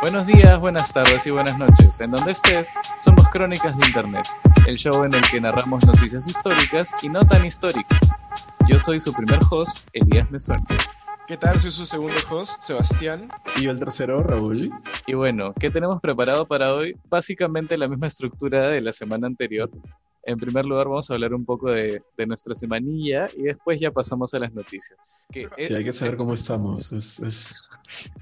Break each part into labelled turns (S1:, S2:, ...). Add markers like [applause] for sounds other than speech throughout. S1: Buenos días, buenas tardes y buenas noches. En donde estés, somos Crónicas de Internet, el show en el que narramos noticias históricas y no tan históricas. Yo soy su primer host, Elías Mesueñas.
S2: ¿Qué tal? Soy su segundo host, Sebastián.
S3: Y yo el tercero, Raúl.
S1: Y bueno, ¿qué tenemos preparado para hoy? Básicamente la misma estructura de la semana anterior. En primer lugar, vamos a hablar un poco de, de nuestra semanilla y después ya pasamos a las noticias. eh,
S3: Que sí, hay que saber cómo estamos. Es, es,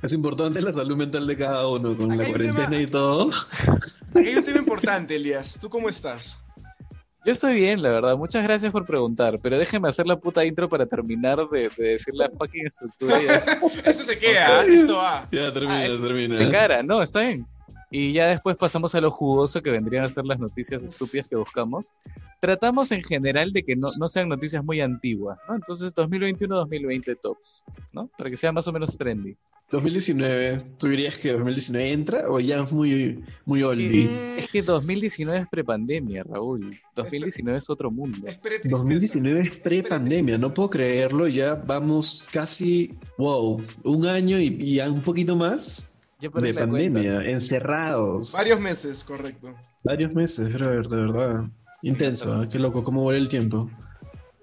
S3: es importante la salud mental de cada uno con la
S2: hay un
S3: cuarentena
S2: tema-
S3: y todo. [laughs]
S2: Aquí hay un tema importante, Elías. ¿Tú cómo estás?
S1: Yo estoy bien, la verdad. Muchas gracias por preguntar, pero déjenme hacer la puta intro para terminar de, de decir la fucking estructura. y ya-
S2: Eso se queda,
S3: Oscar.
S2: ¿eh? esto va.
S3: Ya termina,
S1: Ah, es-
S3: termina.
S1: De cara, no, está bien. Y ya después pasamos a lo jugoso que vendrían a ser las noticias estúpidas que buscamos. Tratamos en general de que no, no sean noticias muy antiguas, ¿no? Entonces 2021-2020 tops, ¿no? Para que sea más o menos trendy.
S3: 2019, ¿tú dirías que 2019 entra o ya es muy, muy oldie?
S2: Eh,
S1: Es que 2019 es prepandemia, Raúl. 2019 es otro mundo.
S2: Espere tristeza.
S3: 2019 es pre-pandemia, no puedo creerlo, ya vamos casi, wow, un año y, y ya un poquito más
S1: Ya perdí
S3: de
S1: la cuenta.
S3: pandemia, encerrados.
S2: Varios meses, correcto.
S3: Varios meses, brother, de verdad. Intenso, ¿eh? qué loco, cómo vuela el tiempo.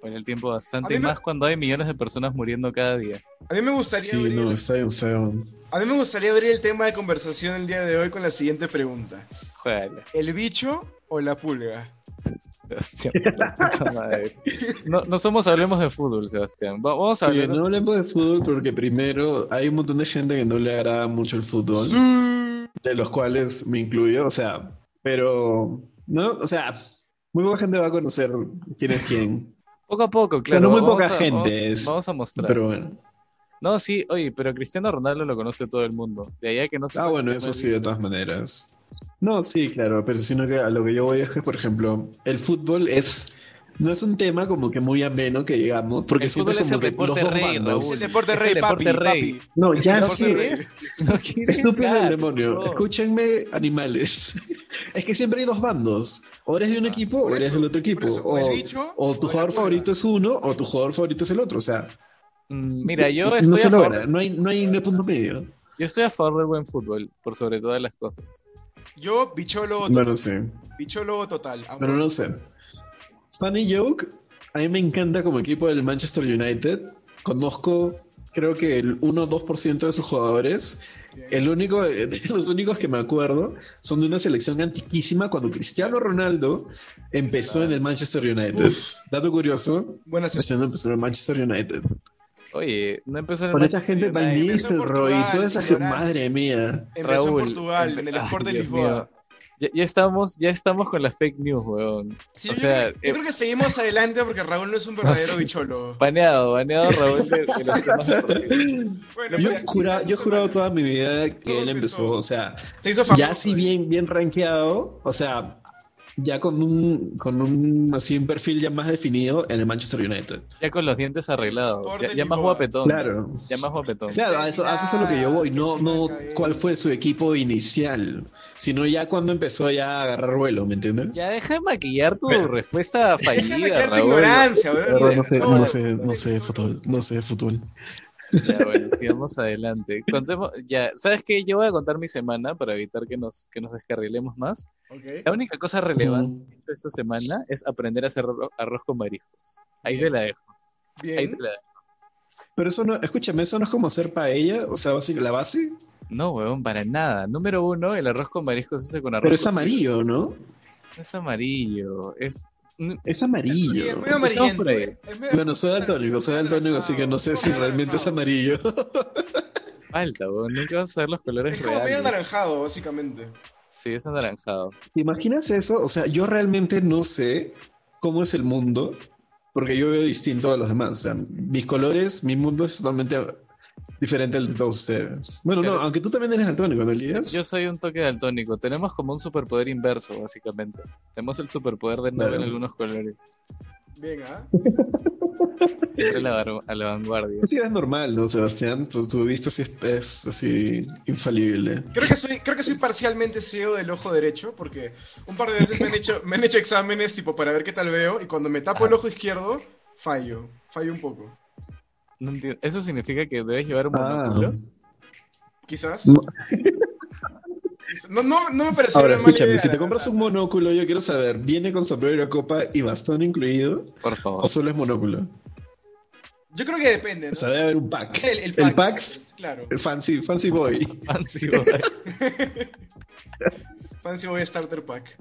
S1: Con el tiempo
S2: A mí
S1: bastante. Y
S2: me-
S1: más cuando hay millones de personas muriendo cada día.
S2: A mí me gustaría
S3: Sí,
S2: abrir-
S3: no, está bien feo.
S2: A mí me gustaría abrir el tema de conversación el día de hoy con la siguiente pregunta.
S1: Juega,
S2: ¿El bicho o la pulga?
S1: Sebastián. la puta madre. No, no somos hablemos de fútbol, Sebastián. Va- Vamos a
S3: Oye,
S1: hablar
S3: no hablemos de fútbol porque primero hay un montón de gente que no le agrada mucho el fútbol,
S2: Sí.
S3: de los cuales me incluyo, o sea, pero no, o sea, muy poca gente va a conocer quién es quién,
S1: Poco a poco, claro.
S3: muy
S1: vamos
S3: poca
S1: a-
S3: gente
S1: Vamos,
S3: es-
S1: vamos a mostrar.
S3: pero bueno.
S1: No, sí, oye, pero Cristiano Ronaldo lo conoce todo el mundo. De allá que no se
S3: Ah, bueno, eso sí, de todas maneras. No, sí, claro, pero sino que a lo que yo voy es que, por ejemplo, el fútbol es no es un tema como que muy ameno que digamos, porque
S1: El
S3: siempre
S1: fútbol es el
S3: como que los
S1: deporte
S3: dos
S1: rey,
S3: bandos.
S2: Es el
S1: Raúl.
S2: deporte
S1: Es
S2: rey,
S1: el
S2: papi,
S1: deporte rey.
S2: papi.
S3: No,
S1: Es
S3: ya
S1: el
S3: sí,
S1: deporte
S2: rey.
S1: es-
S3: [laughs]
S1: no quiere
S3: Estúpido
S1: hablar,
S3: del demonio.
S1: no.
S3: Escúchenme, animales. [laughs] Es que siempre hay dos bandos. O eres de un
S2: Ah,
S3: equipo
S2: por
S3: o eres
S2: eso,
S3: del otro
S2: por
S3: equipo.
S2: eso, o
S3: o,
S2: el bicho,
S3: o
S2: o
S3: tu
S2: la
S3: jugador
S2: pulga.
S3: favorito es uno o tu jugador favorito es el otro. O sea,
S1: Mm, Mira, yo
S3: [laughs] no
S1: estoy,
S3: se
S1: a favor,
S3: logra. No hay, no hay, no hay punto medio.
S1: yo estoy a favor del buen fútbol, por sobre todas las cosas.
S2: Yo, bichólogo,
S3: No,
S2: total.
S3: no sé.
S2: bichólogo total. Amor.
S3: Bueno, no sé. Funny Joke, a mí me encanta como equipo del Manchester United. Conozco, creo que el 1 o 2% de sus jugadores.
S2: Bien.
S3: El único, [laughs] de los únicos que me acuerdo son de una selección antiquísima cuando Cristiano Ronaldo empezó en el Manchester United.
S2: Uf.
S3: Dato curioso,
S2: Buenas
S3: Cristiano empezó en el Manchester United.
S1: Oye, no empezó en el
S3: Con esa
S1: Manchester
S3: gente tan
S1: United.
S2: Empezó en
S3: Roy,
S2: Portugal,
S3: toda esa gente,
S2: ignorante.
S3: madre mía.
S2: Empezó
S1: Raúl,
S2: en Portugal,
S1: empe- [laughs]
S2: en el
S1: Ay,
S2: Sport de
S1: Dios
S2: Lisboa.
S1: mío. Ya, ya estamos, ya estamos con las fake news, weón.
S2: Sí,
S1: O
S2: yo,
S1: sea,
S2: creo, que- yo
S1: eh,
S2: creo que seguimos adelante porque Raúl no
S3: [laughs]
S2: es un verdadero
S1: sí.
S2: bichólogo.
S1: Baneado, baneado Raúl de, de los temas deportivos.
S2: Bueno,
S3: Yo
S2: mira,
S3: he jurado, yo he jurado
S2: semana.
S3: toda mi vida
S2: Todo
S3: que él empezó,
S2: empezó.
S3: o sea,
S2: Se hizo famoso.
S3: ya si bien, bien rankeado, o sea, ya con un, con un, así un perfil ya más definido en el Manchester United.
S1: Ya con los dientes arreglados.
S2: Sport
S1: Ya,
S2: de
S1: ya más
S2: Lisboa.
S1: guapetón.
S3: Claro.
S1: Ya más guapetón.
S3: Claro, a eso, a eso es a lo que yo voy, no,
S2: Que se
S3: no
S2: va a caer.
S3: cuál fue su equipo inicial, sino ya cuando empezó ya a agarrar vuelo, ¿me entiendes?
S1: Ya deja de maquillar tu
S3: Pero-
S1: respuesta
S2: [laughs] Deja de
S1: fallida,
S2: quedar tu
S1: Raúl.
S2: ignorancia,
S3: La verdad,
S2: bro.
S3: no sé, no sé, no sé de fútbol, no sé de fútbol.
S1: Ya, bueno, sigamos adelante. Contemos, ya, ¿sabes qué? Yo voy a contar mi semana para evitar que nos, que nos descarrilemos más. La
S2: Ok.
S1: única cosa relevante
S3: Mm,
S1: de esta semana es aprender a hacer arro- arroz con mariscos. Ahí te
S2: Bien.
S1: la dejo, ahí
S2: Bien.
S1: te la dejo.
S3: Pero eso no, escúchame, eso no es como hacer paella, o sea, básica- la base,
S1: No, huevón, para nada. Número uno, el arroz con mariscos se hace con arroz
S3: pero es
S1: cocido.
S3: amarillo, ¿no?
S1: Es amarillo. Es...
S3: Es
S2: Sí,
S3: amarillo.
S2: es medio
S1: Estamos
S2: amarillento.
S1: por ahí.
S2: eh. Es medio-
S3: Bueno, soy daltónico, soy daltónico, así que no sé si realmente es amarillo.
S1: Falta, huevón. Nunca vas a saber los colores
S2: Es como medio
S1: reales.
S2: anaranjado, básicamente.
S1: Sí, es anaranjado.
S3: ¿Te imaginas eso? O sea, yo realmente no sé cómo es el mundo, porque yo veo distinto a los demás. O sea, mis colores, mi mundo es totalmente diferente al de todos ustedes. Bueno, no,
S1: Claro.
S3: aunque tú también eres daltónico, ¿no, Elías?
S1: Yo soy un toque daltónico. Tenemos como un superpoder inverso, básicamente. Tenemos el superpoder de no
S3: Claro.
S1: ver algunos colores.
S2: Bien, ¿ah?
S1: Siempre a la, var- a la vanguardia.
S3: Tú sí eres normal, ¿no, Sebastián? Tu, tu vista sí es, es así infalible.
S2: Creo que soy, creo que soy parcialmente ciego del ojo derecho, porque un par de veces me han hecho, me han hecho exámenes tipo para ver qué tal veo, y cuando me tapo el ojo izquierdo, fallo. Fallo un poco.
S1: No entiendo. ¿Eso significa que debes llevar un
S3: Ah,
S1: monóculo?
S2: Quizás.
S3: No.
S2: No, no, no me parece
S3: Ahora,
S2: una mala
S3: escúchame,
S2: idea,
S3: si te
S2: la
S3: compras
S2: verdad.
S3: un monóculo, yo quiero saber, ¿viene con sombrero, copa y bastón incluido?
S1: Por
S3: ¿O [laughs]
S1: favor.
S3: solo es monóculo?
S2: Yo creo que depende, ¿no?
S3: O sea, debe haber un pack. [laughs]
S2: el, el pack.
S3: El pack,
S2: pues, Claro.
S3: el fancy, fancy boy.
S1: Fancy boy.
S2: Fancy Boy Starter Pack.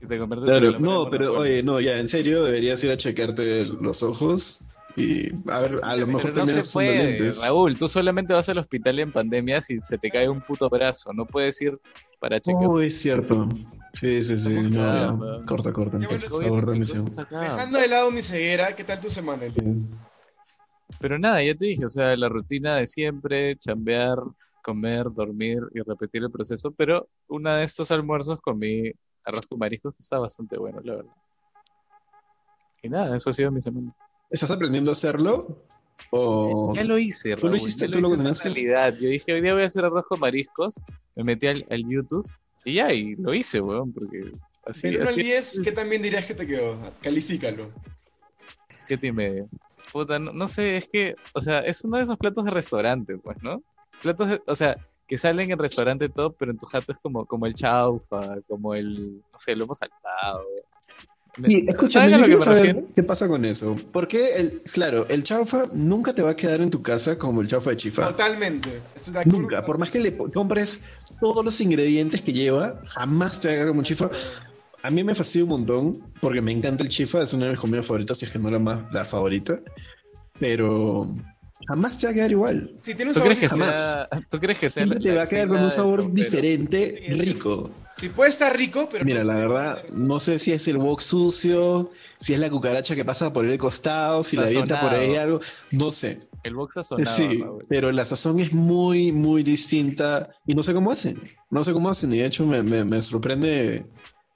S1: Y te conviertes en el
S3: Claro,
S1: hombre
S3: no,
S1: del
S3: pero
S1: monopolio.
S3: oye, no, ya, en serio, deberías ir a checarte los ojos y a ver, a
S2: Pero
S3: lo mejor
S1: Pero no se
S3: terminas
S1: puede,
S3: usando lentes.
S1: pues, Raúl. Tú solamente vas al hospital en pandemia si se te cae un puto brazo. No puedes ir para chequear.
S3: Oh, es cierto. Sí, sí, sí. No,
S1: Claro,
S3: ya.
S1: weón.
S3: Corta, corta.
S2: Qué bueno
S3: Entonces,
S2: que-
S3: aborda misión.
S1: Ah.
S2: Dejando de lado mi ceguera, ¿qué tal tu semana, Eli?
S1: Pero nada, ya te dije, o sea, la rutina de siempre, chambear, comer, dormir y repetir el proceso. Pero uno de estos almuerzos comí arroz con mariscos que está bastante bueno, la verdad. Y nada, eso ha sido mi semana.
S3: ¿Estás aprendiendo a hacerlo? O...
S1: Ya lo hice,
S3: Oh, ¿Tú lo
S1: Raúl,
S3: hiciste?
S1: ya
S3: ¿Tú lo
S1: hice en
S3: ordenaste?
S1: realidad. Yo dije, hoy día voy a hacer arroz con mariscos. Me metí al, al YouTube y ya, y lo hice, weón, porque así,
S2: Del 1 al
S1: así
S2: 10, ¿qué también dirías que te quedó? Califícalo.
S1: Siete y media. Puta, no, no sé, es que, o sea, es uno de esos platos de restaurante, pues, ¿no? Platos, de- o sea, que salen en restaurante top, pero en tu jato es como, como el chaufa, como el, no sé, lomo saltado.
S3: Sí,
S1: Me-
S3: escúchame,
S1: ¿saben a
S3: yo
S1: lo que
S3: quiero
S1: me
S3: saber
S1: refiero?
S3: ¿Qué pasa con eso? Porque, el, claro, el chaufa nunca te va a quedar en tu casa como el chaufa de chifa.
S2: Totalmente. Estoy de acuerdo.
S3: Nunca, por más que le po- compres todos los ingredientes que lleva, jamás te va a quedar como un chifa. A mí me fascina un montón porque me encanta el chifa, es una de mis comidas favoritas, si es que no la más la favorita. Pero jamás te va a quedar igual.
S2: Si tiene un
S1: ¿Tú
S2: sabor
S1: crees que sea,
S3: jamás.
S1: tú crees que sea la-
S3: Siempre te
S1: la
S3: va a quedar
S1: axila
S3: con un
S1: del
S3: sabor
S1: chaufero?
S3: diferente,
S2: Sí, sí.
S3: rico.
S2: Si puede estar rico, pero.
S3: Mira,
S2: no
S3: la
S2: sé.
S3: verdad, no sé si es el wok sucio, si es la cucaracha que pasa por el costado, si la avienta por ahí
S1: Sazonado.
S3: algo, no sé.
S1: El box sazonado,
S3: sí,
S1: Raúl.
S3: pero la sazón es muy, muy distinta y no sé cómo hacen. No sé cómo hacen y de hecho me, me- me sorprende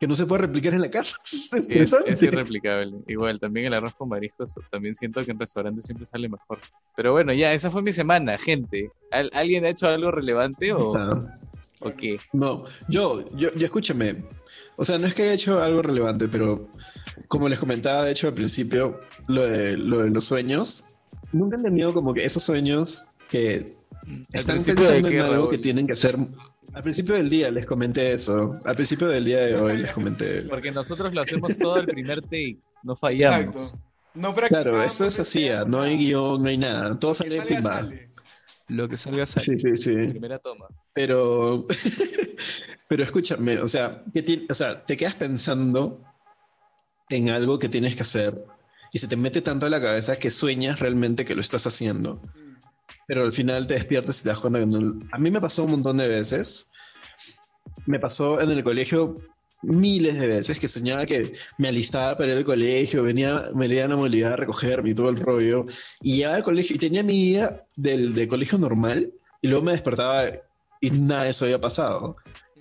S3: que no se puede replicar en la casa. [laughs] Es
S1: Sí, es,
S3: interesante.
S1: es irreplicable. Igual, también el arroz con mariscos, también siento que en restaurantes siempre sale mejor. Pero bueno, ya, esa fue mi semana, gente. ¿Al- ¿Alguien ha hecho algo relevante o,
S3: Claro.
S1: o qué?
S3: No, yo, yo, yo escúchame. O sea, no es que haya hecho algo relevante, pero como les comentaba, de hecho, al principio, lo de, lo de los sueños, nunca he entendido como que esos sueños que
S1: Al
S3: están
S1: principio de
S3: pensando
S1: qué,
S3: en algo
S1: Raúl?
S3: que tienen que hacer. Al principio del día les comenté eso. Al principio del día de hoy les comenté.
S1: Porque nosotros lo hacemos todo el primer take, no fallamos.
S2: Exacto. No practicamos,
S3: Claro, eso es
S2: no
S3: así, ah,
S2: creamos
S3: no hay
S2: nada.
S3: guión, no hay nada. Todo
S2: Que
S3: sale de
S2: salga,
S3: filmar.
S2: sale.
S4: Lo que salga sale.
S3: Sí, sí, sí.
S1: Primera toma.
S3: Pero, [laughs] pero escúchame, o sea, ¿qué ti- o sea, te quedas pensando en algo que tienes que hacer y se te mete tanto a la cabeza que sueñas realmente que lo estás haciendo,
S2: Mm.
S3: pero al final te despiertas y te das cuenta que no. A mí me pasó un montón de veces, me pasó en el colegio miles de veces que soñaba que me alistaba para ir al colegio, venía, venía la movilidad a recogerme y todo el rollo, y llegaba al colegio y tenía mi día del, de colegio normal y luego me despertaba y nada de eso había pasado.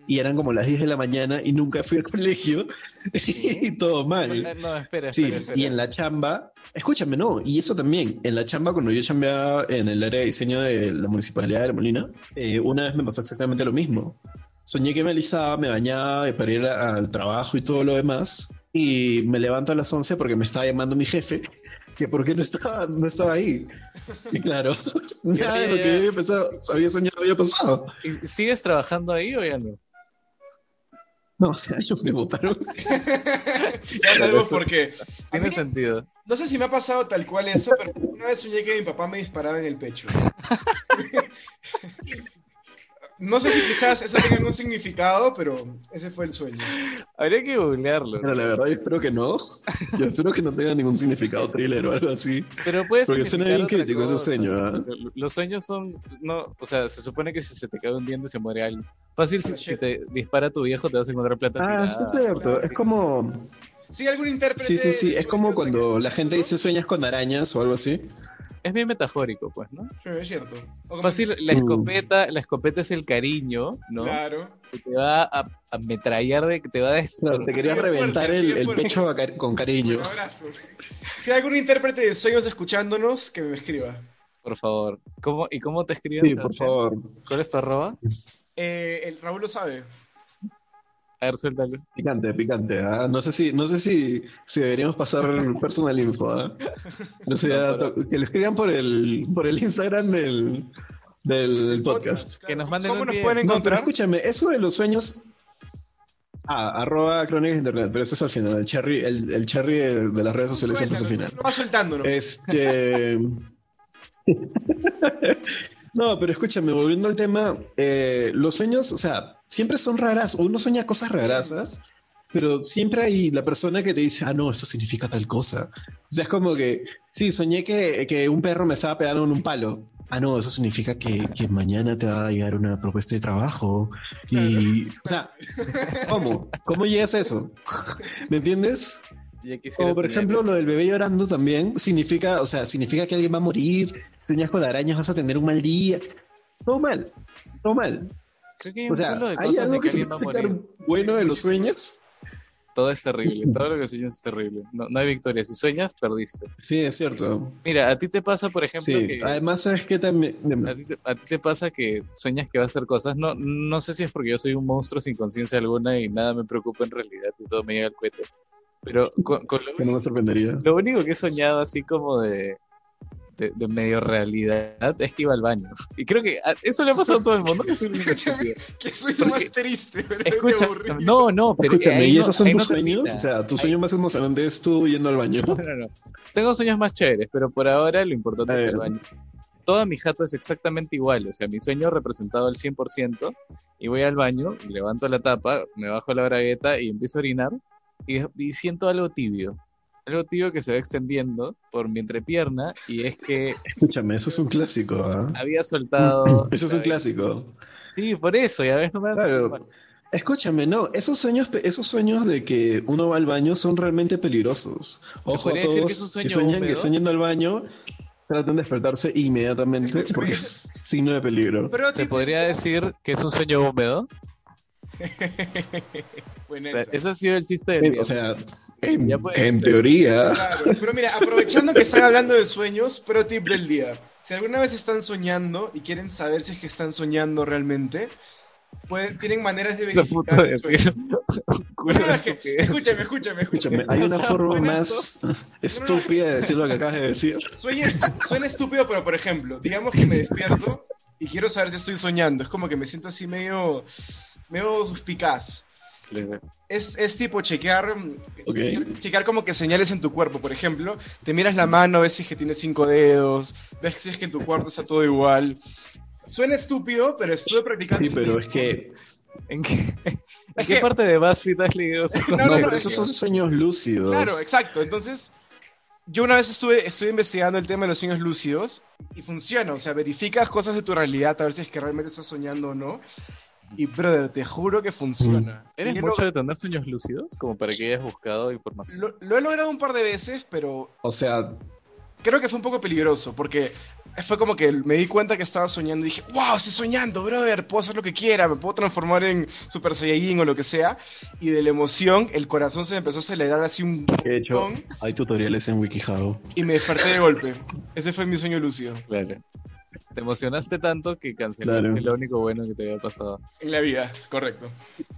S3: Y eran como las 10 de la mañana y nunca fui al [laughs] colegio y todo mal.
S1: Ah, No, espera, espera.
S3: Sí,
S1: espera.
S3: y en la chamba, escúchame, no, y eso también, en la chamba cuando yo chambeaba en el área de diseño de la Municipalidad de La Molina, eh, una vez me pasó exactamente lo mismo. Soñé que me alisaba, me bañaba y para ir a- al trabajo y todo lo demás, y me levanto a las 11 porque me estaba llamando mi jefe, que porque no estaba, no estaba ahí. Y claro, [laughs] nada de lo que yo había pensado, había soñado, había pasado.
S1: ¿Y ¿Sigues trabajando ahí o ya no?
S3: No, o sea, ellos me votaron.
S2: ya sabemos
S1: Eso-
S2: por qué. A
S1: Tiene
S2: mí-
S1: sentido.
S2: no sé si me ha pasado tal cual eso, pero una vez soñé que mi papá me disparaba en el pecho. [laughs] no sé si quizás eso tenga un significado, pero ese fue el sueño.
S1: Habría que googlearlo.
S3: Pero la verdad, yo espero que no. Yo espero que no tenga ningún significado thriller o algo así.
S1: Pero puede
S3: Porque suena bien
S1: significar otra
S3: crítico ese
S1: cosa.
S3: sueño, ¿ah?
S1: Lo- lo- Los sueños son, pues, no, o sea, se supone que si se te cae un diente se muere algo. Fácil, si,
S2: Ah,
S1: si te dispara tu viejo te vas a encontrar plata
S3: Ah,
S1: tirada.
S3: eso es cierto. Es
S1: Sí,
S3: como.
S2: ¿Sí algún intérprete?
S3: Sí, sí, sí.
S2: de
S3: Es como
S2: sueños
S3: cuando
S2: aquí?
S3: la gente dice sueñas con arañas o algo así.
S1: Es bien metafórico, pues, ¿no?
S2: Sí, es cierto. O como-
S1: Fácil, la
S3: Mm.
S1: escopeta, la escopeta es el cariño, ¿no?
S2: Claro.
S1: Que te va a a ametrallar de que te va a des-
S3: Claro, te quería
S2: Sigue fuerte,
S3: reventar el,
S2: sigue
S3: el
S2: fuerte.
S3: pecho a cari- con cariño.
S2: Bueno, abrazos. Si hay algún intérprete de sueños escuchándonos, que me escriba.
S1: por favor. ¿Cómo, ¿Y cómo te escriben?
S3: Sí, por
S1: Sebastián?
S3: favor.
S1: ¿Cuál es tu arroba?
S2: Eh, el Raúl lo sabe.
S1: A ver, suéltalo.
S3: Picante, picante. ¿ah? No sé si, no sé si, si deberíamos pasar personal info. ¿ah? No sé,
S1: No,
S3: ya to- que lo escriban por el, por el Instagram del, del podcast.
S2: claro.
S1: Que nos manden
S2: ¿Cómo
S1: un
S2: nos
S1: DM?
S2: pueden
S1: No,
S3: No, pero
S2: encontrar?
S3: escúchame, eso de los sueños. Ah, arroba crónicas de internet, pero eso es al final. El cherry, el, el cherry de, de las redes sociales siempre es al
S2: Suéltalo,
S3: final. Eh,
S2: Lo va soltando, ¿no?
S3: Este. [laughs] no, pero escúchame, volviendo al tema, eh, los sueños, o sea, siempre son raras. Uno sueña cosas rarasas, pero siempre hay la persona que te dice, ah, no, esto significa tal cosa. O sea, es como que, sí, soñé que, que un perro me estaba pegando en un palo. Ah, no, eso significa que, que mañana te va a llegar una propuesta de trabajo. Y, o sea, ¿cómo? ¿Cómo llegas a eso? ¿Me entiendes?
S1: Ya quisiera
S3: O por
S1: soñar
S3: ejemplo,
S1: eso.
S3: lo del bebé llorando también significa, o sea, significa que alguien va a morir, sueñas con arañas, vas a tener un mal día. Todo mal, todo mal.
S1: Creo que hay
S3: O
S1: un
S3: sea,
S1: culo de
S3: hay
S1: cosas de
S3: algo
S1: que
S3: que se
S1: alguien va a
S3: puede
S1: morir.
S3: sacar bueno de los sueños.
S1: Todo es terrible,
S3: [laughs]
S1: todo lo que sueñas es terrible. No, no hay victoria. Si sueñas, perdiste.
S3: Sí, es cierto.
S1: Mira, a ti te pasa, por ejemplo,
S3: Sí,
S1: que
S3: además sabes que
S1: a
S3: también...
S1: ti, te, a ti te pasa que sueñas que vas a hacer cosas. No, no sé si es porque yo soy un monstruo sin conciencia alguna y nada me preocupa en realidad y todo me llega al cohete. Pero con, con lo,
S3: Que no me sorprendería.
S1: lo único que he soñado así como de, de, de medio realidad es que iba al baño. Y creo que a- eso le ha pasado a todo el mundo. Que soy el único estúpido.
S2: Que soy lo
S1: Porque-
S2: más triste, [laughs] ¿verdad? Qué
S1: Escucha,
S2: aburrido.
S1: no, no, pero
S3: Escúchame,
S1: ahí
S3: ¿y
S1: no-
S3: esos son
S1: ahí
S3: tus
S1: no termina.
S3: sueños? O sea, tu sueño más emocionante es tú yendo al baño. [laughs]
S1: No, no, no. Tengo sueños más chéveres, pero por ahora lo importante
S3: A
S1: es
S3: ver.
S1: el baño. Toda mi jato es exactamente igual, o sea, mi sueño representado al 100%, y voy al baño, levanto la tapa, me bajo la bragueta y empiezo a orinar, y, y siento algo tibio, algo tibio que se va extendiendo por mi entrepierna, y es que
S3: Escúchame, eso es un clásico, ¿ah?
S1: había soltado...
S3: [laughs] Eso es
S1: la
S3: un
S1: ve-
S3: clásico.
S1: Sí, por eso, ya ves, no me hace
S3: Claro. Escúchame, no, esos sueños, pe- esos sueños de que uno va al baño son realmente peligrosos. Ojo a
S1: podría decir que
S3: todos,
S1: es un
S3: si
S1: sueño
S3: sueñan que
S1: húmedo.
S3: están yendo al baño, traten de despertarse inmediatamente
S2: Escúchame.
S3: porque es signo de peligro.
S2: Pero
S1: Se
S2: tipo-
S1: podría decir que es un sueño húmedo.
S2: [laughs] Buena
S1: O sea,
S2: esa.
S1: Eso ha sido el chiste del
S3: En-
S1: día.
S3: Eh, O sea, en,
S1: Ya puede
S3: en
S1: ser.
S3: teoría,
S2: Claro, pero mira, aprovechando que están hablando de sueños, pro tip del día. Si alguna vez están soñando y quieren saber si es que están soñando realmente, pueden, tienen
S1: [laughs]
S2: maneras de
S1: Esa
S2: verificar
S1: puta
S2: el sueño.
S1: decir. un [laughs] culo
S2: No,
S1: de
S2: es que-
S1: estupidez.
S2: escúchame, escúchame,
S3: escúchame,
S2: escúchame.
S3: hay una
S2: O sea,
S3: forma
S2: suena-
S3: más [laughs] estúpida de decir lo que acabas de decir.
S2: Sueña est- suena estúpido, pero por ejemplo, digamos que me despierto y quiero saber si estoy soñando. Es como que me siento así medio, medio suspicaz. Es, es tipo chequear,
S3: Ok.
S2: chequear, chequear como que señales en tu cuerpo, por ejemplo, te miras la mano, ves si es que tienes cinco dedos, ves si es que en tu cuarto está todo igual. Suena estúpido, pero estuve practicando.
S3: Sí, pero es que.
S1: ¿En qué, en qué
S2: que-
S1: parte de BuzzFeed has leído esas
S2: No,
S3: [laughs] No,
S1: cosas?
S2: no, no,
S3: pero
S2: es
S3: esos
S2: que-
S3: son sueños lúcidos.
S2: Claro, exacto. Entonces, yo una vez estuve, estuve investigando el tema de los sueños lúcidos y funciona, o sea, verificas cosas de tu realidad a ver si es que realmente estás soñando o no. Y, brother, te juro que funciona.
S3: Mm.
S2: Y
S1: ¿Eres
S2: lo-
S1: mucho de tener sueños lúcidos? Como para que hayas buscado información.
S2: lo- lo he logrado un par de veces, pero
S3: O sea,
S2: creo que fue un poco peligroso porque fue como que me di cuenta que estaba soñando y dije, wow, estoy soñando, brother, puedo hacer lo que quiera, me puedo transformar en Super Saiyajin o lo que sea. Y de la emoción, el corazón se me empezó a acelerar así un
S3: de hecho,
S2: montón
S3: hay tutoriales en WikiHow.
S2: y me desperté de golpe. Ese fue mi sueño lúcido
S1: Claro. Te emocionaste tanto que cancelaste
S3: Claro.
S1: lo único bueno que te había pasado.
S2: en la vida, es correcto.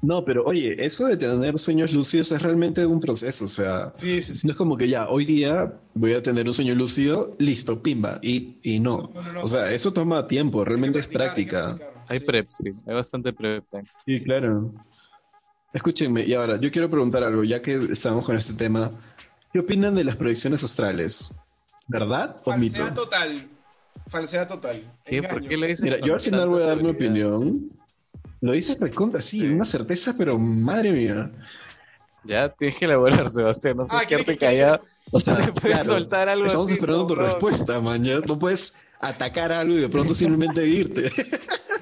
S3: No, pero oye, eso de tener sueños lúcidos es realmente un proceso, o sea.
S2: Sí, sí, sí.
S3: No es como que ya, hoy día voy a tener un sueño lúcido, listo, pimba, y, y no.
S2: No, no, no.
S3: O sea, eso toma tiempo, realmente es práctica.
S1: Hay prep, sí. Hay bastante prep time.
S3: Sí, claro. Escúchenme, y ahora, yo quiero preguntar algo, ya que estamos con este tema. ¿Qué opinan de las proyecciones astrales? ¿Verdad o mito?
S2: Falsedad total. Falsedad total.
S1: ¿Qué? ¿Por
S2: Engaño.
S1: qué le dices
S3: Mira,
S1: con
S3: yo al final
S1: tanta
S3: voy a dar mi
S1: seguridad?
S3: opinión. Lo hice recontra, sí,
S1: Sí.
S3: una certeza, pero madre mía.
S1: Ya tienes que elaborar, Sebastián. No puedes
S2: Ah, ¿quieres
S1: quedarte
S2: que- [laughs]
S1: callado.
S3: O sea,
S1: Te puedes
S3: claro,
S1: soltar algo
S3: Estamos
S1: así.
S3: esperando
S1: no,
S3: tu
S1: bro.
S3: respuesta, man. ya No puedes atacar algo y de pronto simplemente
S1: [laughs]
S3: irte.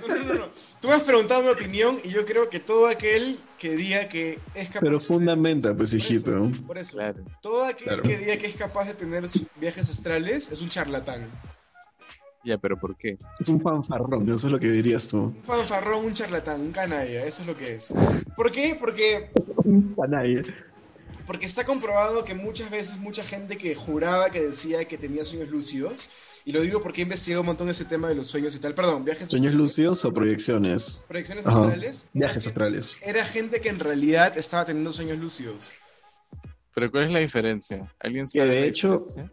S2: No, no, no, no. Tú me has preguntado mi opinión y yo creo que todo aquel que diga que es capaz.
S3: Pero fundamenta, pues,
S2: Por eso,
S3: hijito.
S2: Por eso.
S1: Claro.
S2: Todo aquel
S3: Claro.
S2: que diga que es capaz de tener sus viajes astrales es un charlatán.
S1: Ya, pero ¿por qué?
S3: Es un fanfarrón, eso es lo que dirías tú.
S2: Un fanfarrón, un charlatán, un canalla, eso es lo que es. ¿Por qué? Porque,
S3: A nadie.
S2: porque está comprobado que muchas veces mucha gente que juraba que decía que tenía sueños lúcidos, y lo digo porque he investigado un montón ese tema de los sueños y tal, perdón, viajes
S3: ¿Sueños lúcidos o proyecciones?
S2: proyecciones
S3: Ajá.
S2: astrales,
S3: Viajes astrales.
S2: era gente que en realidad estaba teniendo sueños lúcidos.
S1: ¿Pero cuál es la diferencia? ¿Alguien
S3: Que
S1: sabe
S3: de
S1: la
S3: hecho-
S1: diferencia?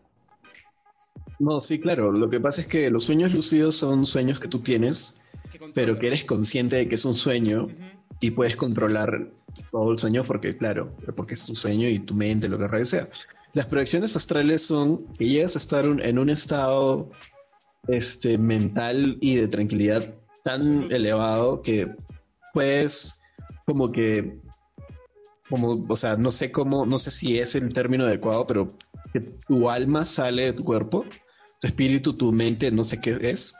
S3: No, sí, claro. Lo que pasa es que los sueños lúcidos son sueños que tú tienes, pero que eres consciente de que es un sueño
S2: Ujú.
S3: y puedes controlar todo el sueño porque, claro, porque es tu sueño y tu mente, lo que raya sea. Las proyecciones astrales son que llegas a estar un- en un estado este, mental y de tranquilidad tan elevado que puedes como que, como, o sea, no sé cómo, no sé si es el término adecuado, pero que tu alma sale de tu cuerpo, tu espíritu, tu mente, no sé qué es,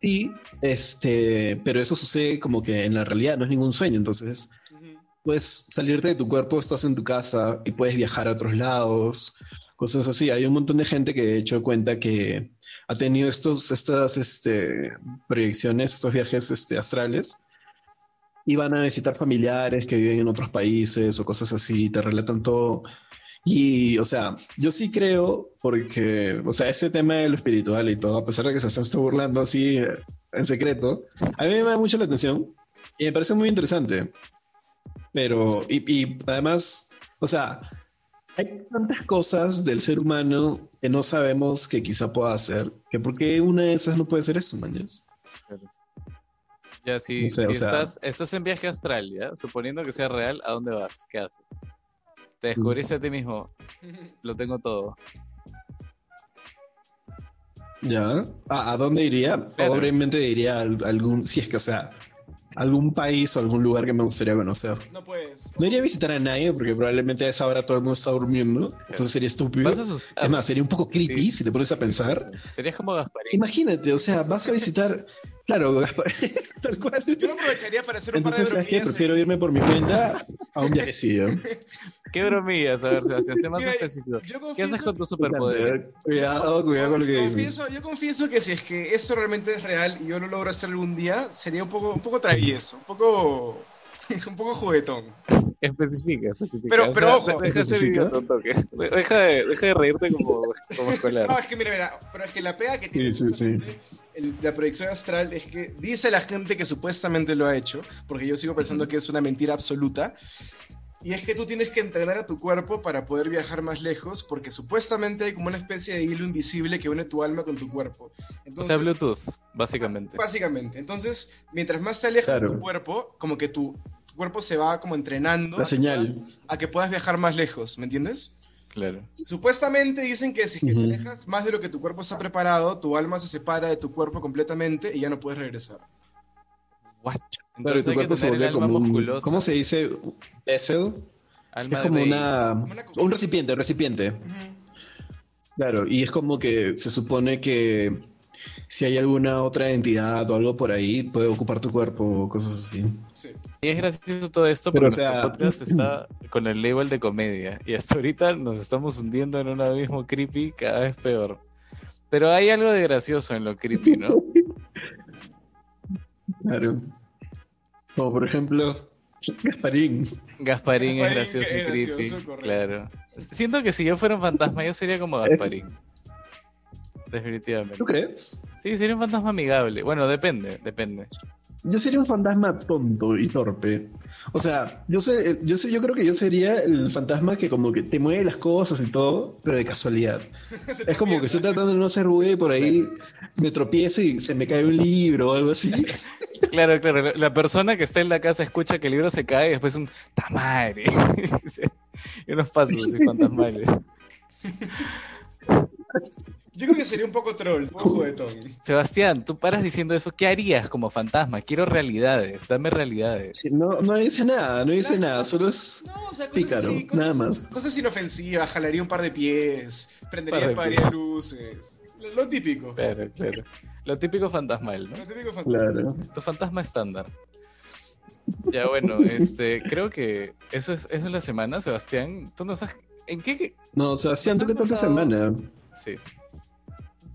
S3: y este, pero eso sucede como que en la realidad no es ningún sueño, entonces
S2: Ujú.
S3: puedes salirte de tu cuerpo, estás en tu casa y puedes viajar a otros lados, cosas así. Hay un montón de gente que de hecho cuenta que ha tenido estos, estas este, proyecciones, estos viajes este, astrales. Y van a visitar familiares que viven en otros países o cosas así, te relatan todo. Y, o sea, yo sí creo, porque, o sea, ese tema de lo espiritual y todo, a pesar de que se está burlando así eh, en secreto, a mí me da mucho la atención y me parece muy interesante. Pero, y, y además, o sea, hay tantas cosas del ser humano que no sabemos que quizá pueda hacer, que por qué una de esas no puede ser eso, mañas.
S1: Ya, si,
S3: No sé,
S1: si
S3: o sea-
S1: estás, estás en viaje astral, ¿ya? Suponiendo que sea real, ¿a dónde vas? ¿Qué haces? Te descubriste a ti mismo, lo tengo todo.
S3: ¿Ya? Ah, ¿A, a dónde iría?
S1: Claro.
S3: Obviamente diría al- algún, si es que, o sea, algún país o algún lugar que me gustaría conocer.
S2: [laughs] No pues, puedes.
S3: No iría a visitar a nadie porque probablemente a esa hora todo el mundo está durmiendo, entonces sería estúpido.
S1: Vas a
S3: Es
S1: asustar.
S3: más, sería un poco creepy
S1: Sí.
S3: si te pones a pensar.
S1: Serías como Gasparín.
S3: Imagínate, o sea, vas a visitar, claro, [laughs] tal cual. [laughs]
S2: Yo lo aprovecharía para hacer un
S3: Entonces,
S2: par de ¿eh?
S3: ¿sabes qué?
S2: droguillas.
S3: Prefiero irme por mi cuenta a un viajecillo.
S1: ¿Qué bromillas? A ver, Sebastián, sé más
S2: Mira,
S1: específico.
S2: Yo
S1: ¿Qué haces
S2: confieso,
S1: con tus superpoderes?
S3: Cuidado, cuidado con lo que dices.
S2: confieso, yo confieso que si es que esto realmente es real y yo lo logro hacer algún día, sería un poco, un poco travieso, un poco, [laughs] un poco juguetón.
S1: Especifica, especifica.
S2: Pero-
S1: O
S2: pero
S1: sea,
S2: ojo.
S1: Deja ese
S3: ¿Especifica?
S1: video tonto que- Deja de, deja de reírte como, como escolar.
S2: No, es que mira, mira, pero es que la pega que tiene
S3: Sí, sí, sí.
S2: justamente el- la proyección astral es que dice la gente que supuestamente lo ha hecho, porque yo sigo pensando que es una mentira absoluta, y es que tú tienes que entrenar a tu cuerpo para poder viajar más lejos, porque supuestamente hay como una especie de hilo invisible que une tu alma con tu cuerpo.
S1: O
S2: Entonces,
S1: sea, Bluetooth, básicamente.
S2: Básicamente. Entonces, mientras más te alejas de
S3: Claro.
S2: tu cuerpo, como que tu, tu cuerpo se va como entrenando
S3: La
S2: a que
S3: señal.
S2: puedas- a que puedas viajar más lejos, ¿me entiendes?
S1: Claro.
S2: Supuestamente dicen que si es que te
S3: Ujú.
S2: alejas más de lo que tu cuerpo está preparado, tu alma se separa de tu cuerpo completamente y ya no puedes regresar.
S1: What?
S3: Claro, y
S1: Entonces
S3: tu
S1: hay que
S3: cuerpo se
S1: tener el
S3: vuelve
S1: alma
S3: como un,
S1: musculosa.
S3: ¿Cómo se dice? Vessel.
S1: Alma
S3: Es
S1: de
S3: como
S1: Bane.
S3: una,
S2: una coca.
S3: un recipiente, un recipiente. Claro, y es como que se supone que si hay alguna otra entidad o algo por ahí, puede ocupar tu cuerpo o cosas así.
S2: Sí. [laughs]
S1: Y es gracioso todo esto porque
S3: Pero, o
S1: nuestro [clears throat]
S3: sea-
S1: podcast está con el label de comedia. Y hasta ahorita nos estamos hundiendo en un abismo creepy cada vez peor. Pero hay algo de gracioso en lo creepy, [laughs] ¿no?
S3: Claro. Como por ejemplo, Gasparín.
S1: Gasparín es
S2: Gasparín,
S1: gracioso
S2: que
S1: y
S2: es
S1: creepy.
S2: gracioso, correcto.
S1: claro. Siento que si yo fuera un fantasma, yo sería como Gasparín. Definitivamente.
S3: ¿Tú crees?
S1: Sí, sería un fantasma amigable. Bueno, depende, depende.
S3: Yo sería un fantasma tonto y torpe. O sea, yo sé, eh, yo sé, yo creo que yo sería el fantasma que como que te mueve las cosas y todo, pero de casualidad.
S2: Se
S3: Es como
S2: tropieza.
S3: que estoy tratando de no hacer ruido y por ahí me tropiezo y se me cae un libro o algo así.
S1: [laughs] Claro, claro. la- La persona que está en la casa escucha que el libro se cae y después un [laughs] tamare. y unos pasos así
S3: [laughs]
S1: fantasmales.
S2: Yo creo que sería un poco troll, un poco juguetón.
S1: Sebastián, tú paras diciendo eso. ¿Qué harías como fantasma? Quiero realidades. Dame realidades.
S3: Sí, No, no dice nada, no dice nada, solo es...
S2: No, o sea, cosas,
S3: Pícaro,
S2: así, cosas-
S3: nada más.
S2: cosas inofensivas, jalaría un par de pies, prendería
S1: Par de
S2: un par de
S1: pies.
S2: luces. Lo, lo típico.
S1: Claro, claro. Lo típico fantasmal, ¿no?
S2: Lo típico fantasma.
S3: Claro.
S1: Tu fantasma estándar. Ya
S3: [laughs]
S1: bueno, este, creo que eso es, eso es la semana, Sebastián. Tú no sabes en qué, qué-
S3: No, Sebastián, ¿tú qué tal tu
S1: Nos han
S3: semana?
S1: Sí.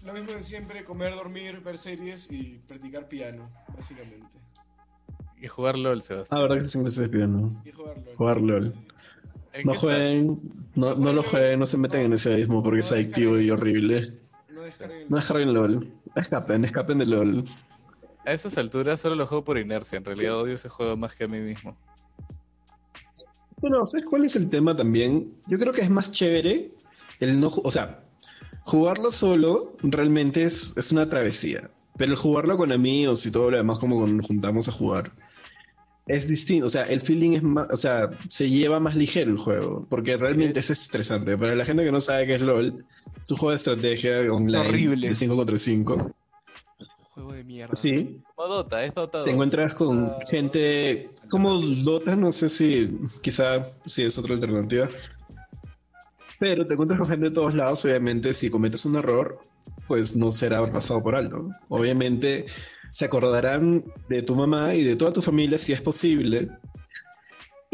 S2: Lo mismo de siempre, comer, dormir, ver series y practicar piano, básicamente.
S1: Y jugar LOL,
S3: Ah,
S1: Sebastián.
S3: verdad que siempre se despide, ¿no?
S2: Y jugarlo.
S3: Jugar LOL.
S1: ¿En
S3: No
S1: qué estás?
S3: jueguen, no, no lo jueguen, no se metan en ese abismo porque es adictivo y horrible.
S2: No descarguen.
S3: No descarguen LOL. Escapen, escapen de LOL.
S1: A estas alturas solo lo juego por inercia. En realidad odio ese juego más que a mí mismo.
S3: Bueno, ¿sabes cuál es el tema también? Yo creo que es más chévere el no... ju- O sea, Jugarlo solo realmente es, es una travesía. Pero el jugarlo con amigos y todo lo demás, como cuando nos juntamos a jugar, es distinto. O sea, el feeling es más. O sea, se lleva más ligero el juego. Porque realmente es estresante. Para la gente que no sabe qué es LOL, es un juego de estrategia online.
S2: horrible.
S3: De 5 contra 5.
S2: Juego de mierda.
S3: Sí.
S1: Como Dota, es Dota 2.
S3: Te encuentras con
S1: Ah,
S3: gente como Dota, no sé si quizá si es otra alternativa. Pero te encuentras con gente de todos lados, obviamente si cometes un error, pues no será pasado por alto. Obviamente se acordarán de tu mamá y de toda tu familia si es posible.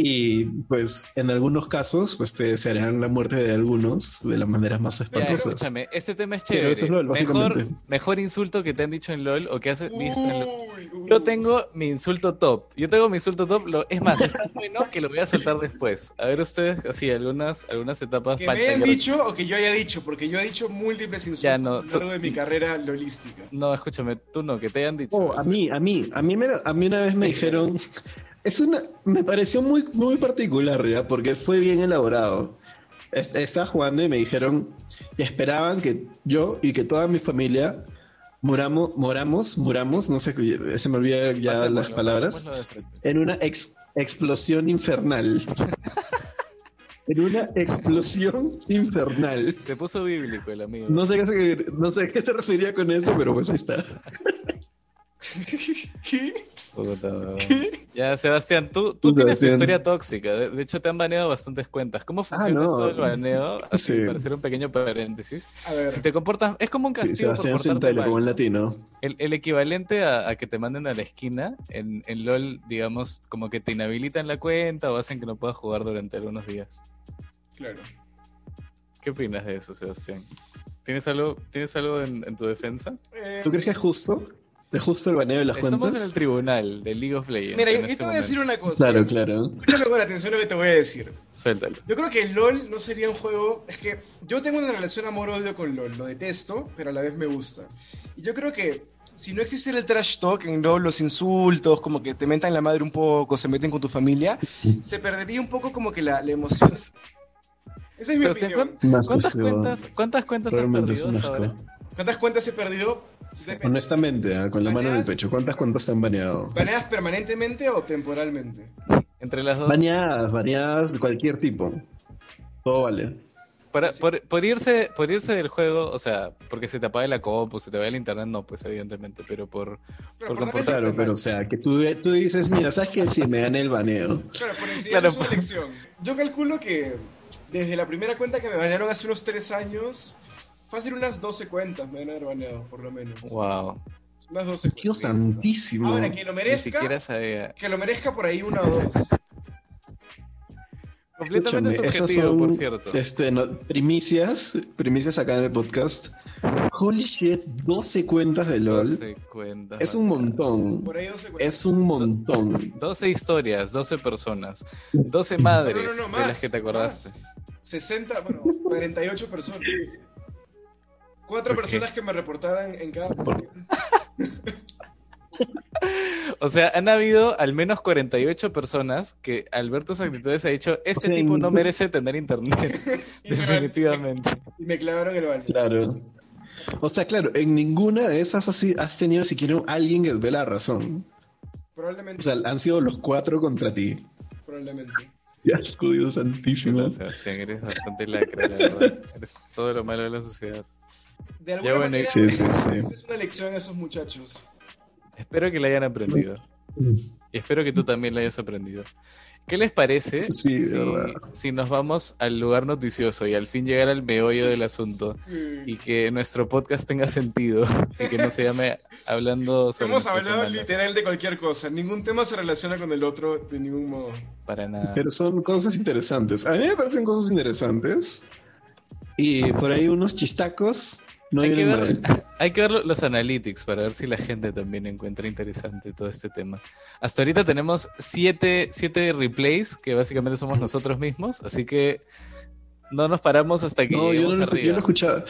S3: Y pues en algunos casos, pues te desearán la muerte de algunos de las maneras más
S1: Ya,
S3: espantosas.
S1: escúchame, este tema es
S3: Pero
S1: chévere.
S3: eso es LOL,
S1: mejor,
S3: básicamente.
S1: mejor insulto que te han dicho en LOL o que
S2: Uh.
S1: has visto en LOL.
S2: Uy, uy.
S1: Yo tengo mi insulto top. Yo tengo mi insulto top. lo- es más, es tan bueno que lo voy a soltar después. A ver ustedes, así, algunas, algunas etapas.
S2: Que me
S1: faltan,
S2: hayan
S1: yo-
S2: dicho o que yo haya dicho, porque yo he dicho múltiples insultos
S1: Ya, no,
S2: a lo largo de mi carrera lolística.
S1: No, escúchame, tú no, que te hayan dicho.
S3: Oh, a mí, a mí, a mí, me, a mí una vez me dijeron, es una, me pareció muy, muy particular, ya, porque fue bien elaborado. Es- Estaba jugando y me dijeron, y esperaban que yo y que toda mi familia muramos, moramos, muramos, no sé, se me olvida ya
S1: Pasémoslo,
S3: las palabras,
S1: pasémoslo de frente.
S3: en una ex-
S1: [laughs]
S3: explosión infernal. en una explosión infernal.
S1: Se puso bíblico el amigo.
S3: No sé, qué se- no sé a qué te refería con eso, pero pues ahí está.
S2: [laughs] ¿Qué?
S3: [laughs]
S1: Puta, weón. Ya, Sebastián, tú, tú
S3: Tú,
S1: tienes tu
S3: Sebastián. Ah,
S1: historia tóxica. De, de hecho, te han baneado bastantes cuentas. ¿Cómo funciona
S3: no.
S1: esto del
S3: [laughs]
S1: baneo? Así,
S3: Sí.
S1: para hacer un pequeño paréntesis.
S2: A ver,
S1: Si te comportas, es como un
S3: Sí,
S1: castigo por
S3: Sebastián
S1: portarte
S3: Centella, como
S1: mal.
S3: un latino.
S1: El, el equivalente a, a que te manden a la esquina, en, en LOL, digamos, como que te inhabilitan la cuenta o hacen que no puedas jugar durante algunos días.
S2: claro.
S1: ¿Qué opinas de eso, Sebastián? ¿Tienes algo, ¿tienes algo en, en tu defensa?
S2: Eh,
S3: ¿Tú crees que es justo? ¿Es justo el baneo de las
S1: Estamos
S3: cuentas?
S1: en el tribunal de League of Legends.
S2: Eh, mira, yo,
S1: en
S2: yo
S1: este
S2: te voy a decir
S1: momento.
S2: una cosa.
S3: Claro, claro.
S2: Escúchame con atención lo que te voy a decir.
S1: Suéltalo.
S2: Yo creo que LOL no sería un juego. Es que yo tengo una relación amor-odio con LOL. Lo detesto, pero a la vez me gusta. Y yo creo que si no existiera el trash talk en LOL, los insultos, como que te mentan la madre un poco, se meten con tu familia, se perdería un poco como que la, la emoción. Esa es mi
S1: Sebastián,
S2: opinión.
S3: Más que
S1: ¿Cuántas
S3: eso,
S1: cuentas, ¿cuántas cuentas has
S3: realmente es
S1: perdido
S3: un
S1: hasta
S3: asco.
S1: ahora?
S2: ¿Cuántas cuentas he perdido?
S3: Honestamente, ah, con la mano en el
S2: Baneadas.
S3: pecho, ¿cuántas cuentas te han baneado?
S2: ¿Baneadas permanentemente o temporalmente?
S1: Entre las dos.
S3: Baneadas, baneadas de cualquier tipo. Todo vale.
S1: Para- por, por irse, por irse del juego, o sea, porque se te apague la compu, se te vaya el internet, no, pues evidentemente, pero por.
S2: Claro,
S1: Por
S2: darle-
S1: comportarse.
S3: Claro, pero o sea, que tú, tú dices, mira, ¿sabes qué? Si me gané el baneo.
S2: Claro, por enseñarles
S1: Claro,
S2: una
S1: por-
S2: lección. Yo calculo que desde la primera cuenta que me banearon hace unos 3 años, fácil unas 12 cuentas me van a haber baneado, por lo menos.
S1: ¡Wow!
S2: Unas 12 cuentas.
S3: Dios santísimo.
S2: Ahora, que lo
S1: Ni
S2: merezca,
S1: siquiera sabía.
S2: que lo merezca por ahí una o dos.
S1: Completamente
S3: Escúchame, esas
S1: subjetivo,
S3: son,
S1: por cierto.
S3: Este, no- primicias, primicias acá en el podcast. Holy shit, 12 cuentas de LOL.
S1: 12 cuentas.
S3: Es un montón.
S2: Por ahí 12 cuentas.
S3: Es un montón.
S1: 12 historias, 12
S3: [laughs]
S1: personas, 12 madres
S2: No, no, no,
S1: de
S2: más,
S1: las que te acordaste.
S2: 60, bueno, 48 personas. Cuatro
S1: Ok.
S2: personas que me reportaran en cada.
S1: O sea, han habido al menos 48 personas que al ver tus actitudes ha dicho, este
S3: sea,
S1: tipo no
S3: ningún-
S1: merece tener internet, [laughs]
S2: Y me-
S1: definitivamente.
S2: Y me clavaron el ban.
S3: Claro. O sea, claro, en ninguna de esas has, has tenido siquiera alguien que te dé la razón. O
S2: Probablemente.
S3: sea, han sido los cuatro contra ti.
S2: probablemente.
S3: Ya, Dios [laughs] santísimo.
S1: Puta, Sebastián, eres bastante lacra, la verdad. Eres todo lo malo de la sociedad.
S2: De alguna
S1: bueno,
S2: manera,
S3: Sí, sí, sí.
S2: es una lección a esos muchachos.
S1: Espero que la hayan aprendido. Y espero que tú también la hayas aprendido. ¿Qué les parece
S3: Sí, de
S1: si,
S3: verdad.
S1: si nos vamos al lugar noticioso y al fin llegar al meollo del asunto y que nuestro podcast tenga sentido y que no se llame hablando sobre
S2: Hemos
S1: nuestras
S2: hablado
S1: semanas?
S2: literal de cualquier cosa. Ningún tema se relaciona con el otro de ningún modo.
S1: Para nada.
S3: Pero son cosas interesantes. A mí me parecen cosas interesantes. Y por ahí unos chistacos no
S1: Hay que
S3: vienen
S1: ver.
S3: mal.
S1: Hay que ver lo- los analytics para ver si la gente también encuentra interesante todo este tema. Hasta ahorita tenemos siete, siete replays, que básicamente somos nosotros mismos, así que no nos paramos hasta que
S3: No, yo
S1: lleguemos
S3: no, lo- yo
S1: arriba.
S3: no escuchaba.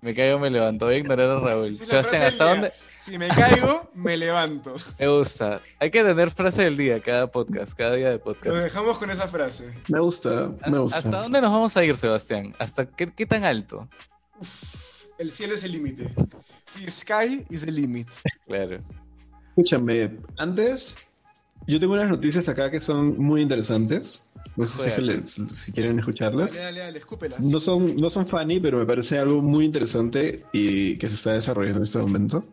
S1: Me caigo, me levanto. Voy a ignorar a Raúl.
S2: Esa es la
S1: Pues, Sebastián,
S2: frase
S1: ¿hasta
S2: del
S1: dónde?
S2: día. Si me
S1: [laughs]
S2: caigo, me levanto.
S1: Me gusta. Hay que tener frase del día cada podcast, cada día de
S2: Nos
S1: podcast. Ah,
S2: dejamos con esa frase.
S3: Me gusta,
S1: ¿Hasta
S3: me gusta.
S1: dónde nos vamos a ir, Sebastián? ¿Hasta qué, qué tan alto?
S2: El cielo es el límite. The sky is the limit.
S1: Claro. [laughs]
S3: Escúchame, antes yo tengo unas noticias acá que son muy interesantes. No sé si, es que
S1: Joder.
S3: les- si quieren escucharlas.
S2: Dale, dale, dale, escúpelas.
S3: No son, no son funny, pero me parece algo muy interesante y que se está desarrollando en este momento.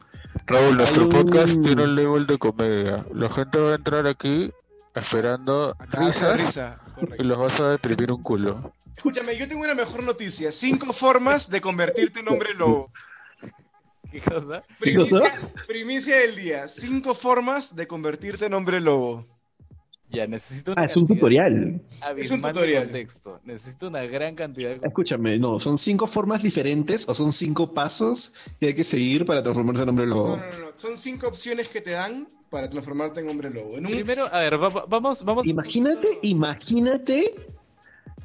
S4: Raúl, nuestro
S3: Ay.
S4: podcast tiene un label de comedia. La gente va a entrar aquí esperando
S2: Acá risa,
S4: risas
S2: risa.
S4: y
S2: Correcto.
S4: los vas a deprimir un culo.
S2: Escúchame, yo tengo una mejor noticia. Cinco formas de convertirte en hombre lobo.
S1: ¿Qué cosa?
S3: ¿Qué cosa?
S2: Primicia, primicia del día. Cinco formas de convertirte en hombre lobo.
S1: Ya, necesito una
S3: Ah, es un
S1: cantidad
S3: tutorial.
S1: abismal
S2: Es un tutorial.
S1: de contexto. Necesito una gran cantidad de contexto.
S3: Escúchame, no, son cinco formas diferentes o son cinco pasos que hay que seguir para transformarse en hombre
S2: No,
S3: lobo.
S2: no, no, no. Son cinco opciones que te dan para transformarte en hombre lobo. En un...
S1: Primero, a ver, va- va- vamos, vamos.
S3: Imagínate, imagínate.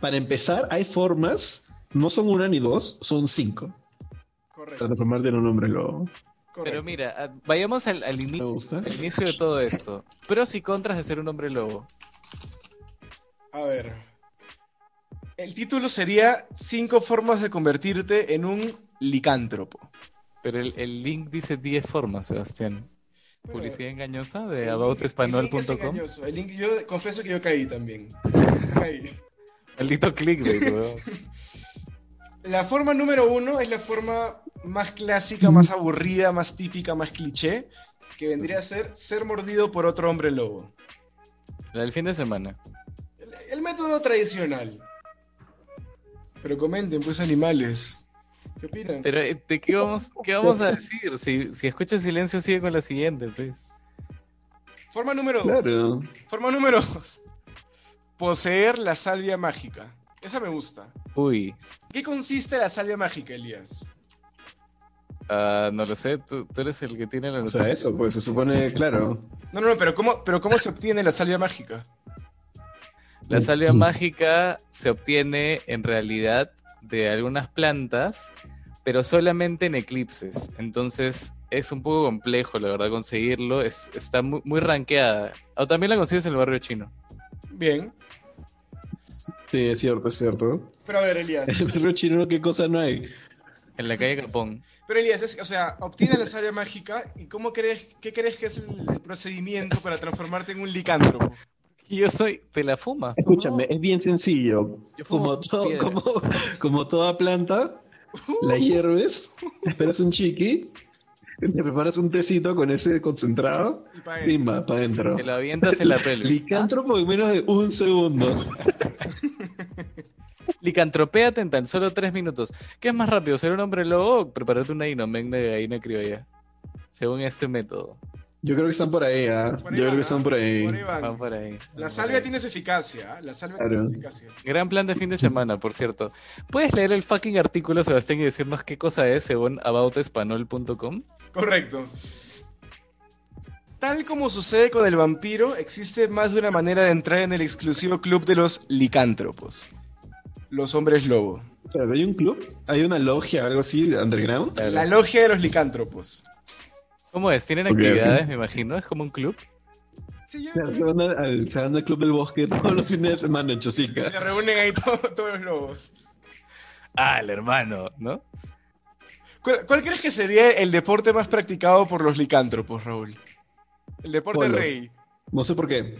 S3: Para empezar, hay formas, no son una ni dos, son cinco para
S2: Correcto.
S3: transformarte en un hombre lobo.
S1: Pero
S2: correcto.
S1: mira, a- vayamos al, al
S3: Me
S1: inicio,
S3: gusta.
S1: al inicio de todo esto. Pros y contras de ser un hombre lobo.
S2: A ver. El título sería Cinco formas de convertirte en un licántropo.
S1: Pero el, el link dice 10 formas, Sebastián.
S2: Bueno,
S1: Publicidad engañosa
S2: el
S1: de
S2: link- el link es
S1: aboutespanol.com.
S2: engañoso. El link- Yo confieso que yo caí
S1: [laughs]
S2: también. Caí.
S1: Maldito clickbait, [laughs] weón.
S2: La forma número uno es la forma más clásica, más aburrida, más típica, más cliché, que vendría a ser ser mordido por otro hombre lobo.
S1: La del fin de semana.
S2: El, el método tradicional. Pero comenten, pues animales. ¿Qué opinan?
S1: Pero, eh, ¿de qué vamos, qué vamos a decir? Si, si escuchas silencio, sigue con la siguiente, pues.
S2: Forma número dos.
S3: Claro.
S2: Forma número dos. Poseer la salvia mágica. Esa me gusta.
S1: Uy,
S2: ¿Qué consiste la salvia mágica, Elías?
S1: ah, no lo sé, tú, tú eres el que tiene la
S3: O sea,
S1: noticia.
S3: eso, pues se supone, claro.
S2: No, no, no, pero ¿cómo, pero ¿cómo se obtiene la salvia mágica?
S1: La salvia mágica se obtiene en realidad de algunas plantas, pero solamente en eclipses. Entonces es un poco complejo, la verdad, conseguirlo. Es, está muy, muy rankeada. O también la consigues en el barrio chino.
S2: Bien.
S3: Sí, es cierto, es cierto. [laughs]
S2: Pero a ver, Elías.
S3: El perro chino, ¿qué cosa no hay?
S1: En la calle Capón. [laughs]
S2: Pero Elías, es- o sea, obtienes la savia mágica y cómo crees, qué crees que es el, el procedimiento para transformarte en un licántropo.
S1: Y yo soy, te la fumas. pues,
S3: Escúchame, eh, es bien sencillo.
S1: Yo fumo
S3: Como, to-
S1: piedra.
S3: [laughs] como, como toda planta, la hierves, [laughs] te esperas un chiqui, te preparas un tecito con ese concentrado,
S2: Y pa' él.
S3: prima, para adentro.
S1: ¿no? Te lo avientas
S3: [laughs]
S1: en la pelvis.
S3: Licántropo en menos de un segundo.
S1: Ah, Licantropéate en tan solo tres minutos. ¿Qué es más rápido, ser un hombre lobo o prepararte una inomén de gallina criolla? Según este método.
S3: Yo creo que están por ahí, ¿ah?
S2: Por ahí van,
S3: Yo creo que
S2: ¿ah?
S3: están por ahí.
S2: Por ahí van.
S1: Va por ahí.
S2: La
S1: va
S2: salvia
S1: por ahí.
S2: tiene su eficacia, ¿ah? la salvia
S3: Claro.
S2: tiene su eficacia.
S1: Gran plan de fin de semana, por cierto. ¿Puedes leer el fucking artículo, Sebastián, y decirnos qué cosa es según aboutespanol.com?
S2: Correcto. Tal como sucede con el vampiro, existe más de una manera de entrar en el exclusivo club de los licántropos. Los hombres lobo.
S3: Espera, ¿Hay un club? ¿Hay una logia o algo así, [laughs] underground?
S2: La logia de los licántropos.
S1: ¿Cómo es? ¿Tienen
S3: Ok, ok.
S1: actividades, me imagino? ¿Es como un club?
S2: Sí, yo-
S3: Se van a- al- se van al club del bosque todos los fines de semana en Chosica.
S2: Se reúnen ahí [laughs] todo- todos los lobos.
S1: Ah, el hermano, ¿no?
S2: ¿Cuál, cuál crees que sería el deporte más practicado por los licántropos, Raúl? El deporte
S3: Polo.
S2: rey.
S3: No sé por qué.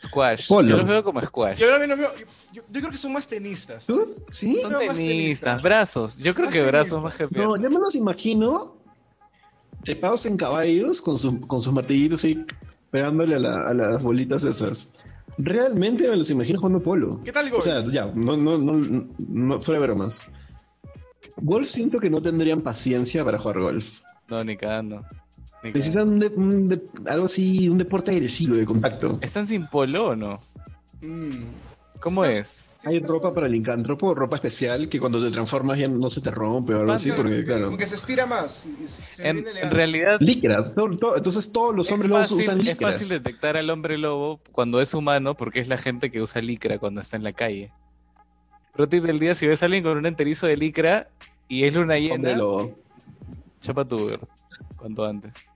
S1: Squash.
S3: Polo.
S1: Yo los veo como squash.
S2: Yo, también los veo- yo- yo creo que son más tenistas.
S3: ¿Tú? ¿Sí?
S1: Son
S2: veo
S1: tenistas,
S2: más tenistas.
S1: brazos. Yo creo
S2: Más
S1: que brazos
S2: tenistas.
S1: más que
S3: No,
S1: piernas.
S3: yo me los imagino trepados en caballos con, su- con sus martillitos y pegándole a, la- a las bolitas esas. Realmente me los imagino jugando polo.
S2: ¿Qué tal, Gol?
S3: O sea, ya, no, no, no, no fuera de bromas. Golf siento que no tendrían paciencia para jugar golf.
S1: No, ni cagando. Ni cagando.
S3: Necesitan un de- un de- algo así, un deporte agresivo de contacto.
S1: ¿Están sin polo o no?
S2: Mm.
S1: ¿Cómo es?
S2: Sí,
S3: Hay
S2: está-
S3: ropa para el licántropo, ropa especial que cuando te transformas ya no se te rompe o algo así, porque claro.
S2: Como que se estira más. y- y se- se
S1: En,
S2: viene
S1: en
S2: elegante.
S1: realidad,
S3: Líqueras, todo- todo- entonces todos los hombres lobos
S1: fácil-
S3: usan
S1: es
S3: líqueras.
S1: fácil detectar al hombre lobo cuando es humano porque es la gente que usa licra cuando está en la calle. Pro tip del día, si ves a alguien con un enterizo de licra y es luna
S3: Hombre
S1: llena,
S3: lobo.
S1: chapa tu Uber cuanto antes.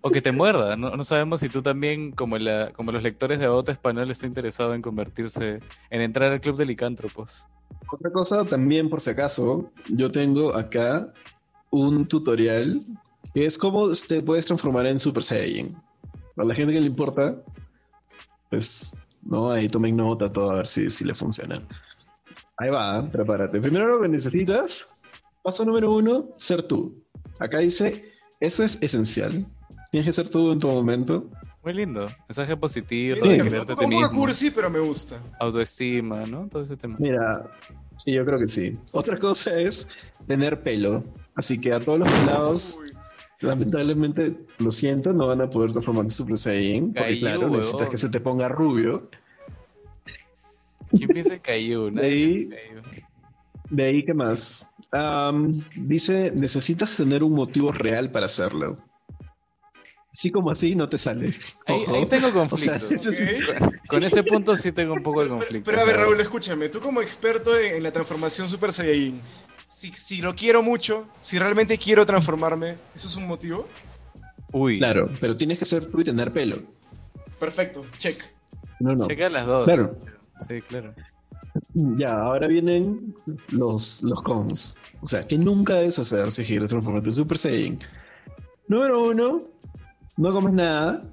S1: O que te muerda. No, no sabemos si tú también, como, la, como los lectores de Bota Español, está interesado en convertirse, en entrar al club de licántropos.
S3: Otra cosa también, por si acaso, yo tengo acá un tutorial que es cómo te puedes transformar en Super Saiyan. A la gente que le importa, pues, no, ahí tomen nota todo a ver si, si le funciona. Ahí va, prepárate. Primero lo que necesitas, paso número uno, ser tú. Acá dice, eso es esencial. Tienes que ser tú en tu momento.
S1: Muy lindo. Mensaje positivo,
S2: Sí,
S1: de
S2: un
S1: creerte a
S2: poco-
S1: ti
S2: un poco
S1: mismo.
S2: cursi, pero me gusta.
S1: Autoestima, ¿no? Todo ese tema.
S3: Mira, sí, yo creo que sí. Otra cosa es tener pelo. Así que a todos los pelados,
S2: Uy.
S3: lamentablemente, lo siento, no van a poder transformarse en Super Saiyan. Porque
S1: Caillou,
S3: claro, necesitas
S1: huevón.
S3: que se te ponga rubio.
S1: ¿Quién piensa en Caillou? Nadie
S3: ahí-
S1: piensa en Caillou.
S3: De ahí, ¿qué más? Am, dice, necesitas tener un motivo real para hacerlo. Así como así, no te sale.
S1: Ahí,
S3: Ojo.
S1: ahí tengo
S3: O
S1: conflicto.
S3: sea, eso sí.
S2: Ok.
S1: Con ese punto sí tengo un poco de
S2: Pero-
S1: conflicto.
S2: Pero a ver, Raúl, escúchame, tú como experto en, en la transformación Super Saiyajin, si, si lo quiero mucho, si realmente quiero transformarme, ¿eso es un motivo?
S1: Uy,
S3: Claro, pero tienes que ser tú y tener pelo.
S2: Perfecto, check.
S3: No, no.
S1: checa las dos.
S3: Claro.
S1: Sí, claro.
S3: Ya, ahora vienen los, los cons. O sea, que nunca debes hacer si quieres transformarte en Super Saiyan. Número uno, no comes nada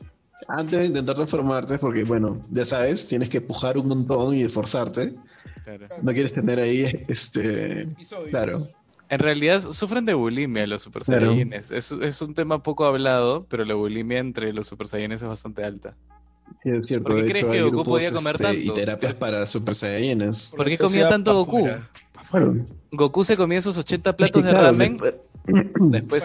S3: antes de intentar transformarte porque, bueno, ya sabes, tienes que pujar un montón y esforzarte.
S1: claro.
S3: No quieres tener ahí, este...
S2: Episodios.
S3: Claro.
S1: En realidad sufren de bulimia los Super
S3: Claro.
S1: Saiyajines. Es, es un tema poco hablado, pero la bulimia entre los Super Saiyajines es bastante alta.
S3: Sí, es cierto.
S1: ¿Por qué
S3: de
S1: crees
S3: hecho,
S1: que
S3: hay
S1: Goku podía
S3: grupos,
S1: comer
S3: este, Y
S1: tanto?
S3: terapias para Super Saiyanes.
S1: ¿Por qué
S2: O sea,
S1: comía tanto
S2: pa'
S1: Goku?
S2: fuera.
S3: Bueno,
S1: Goku se comía esos 80
S3: es que
S1: platos de
S3: claro,
S1: ramen,
S3: después- [clears throat]
S1: después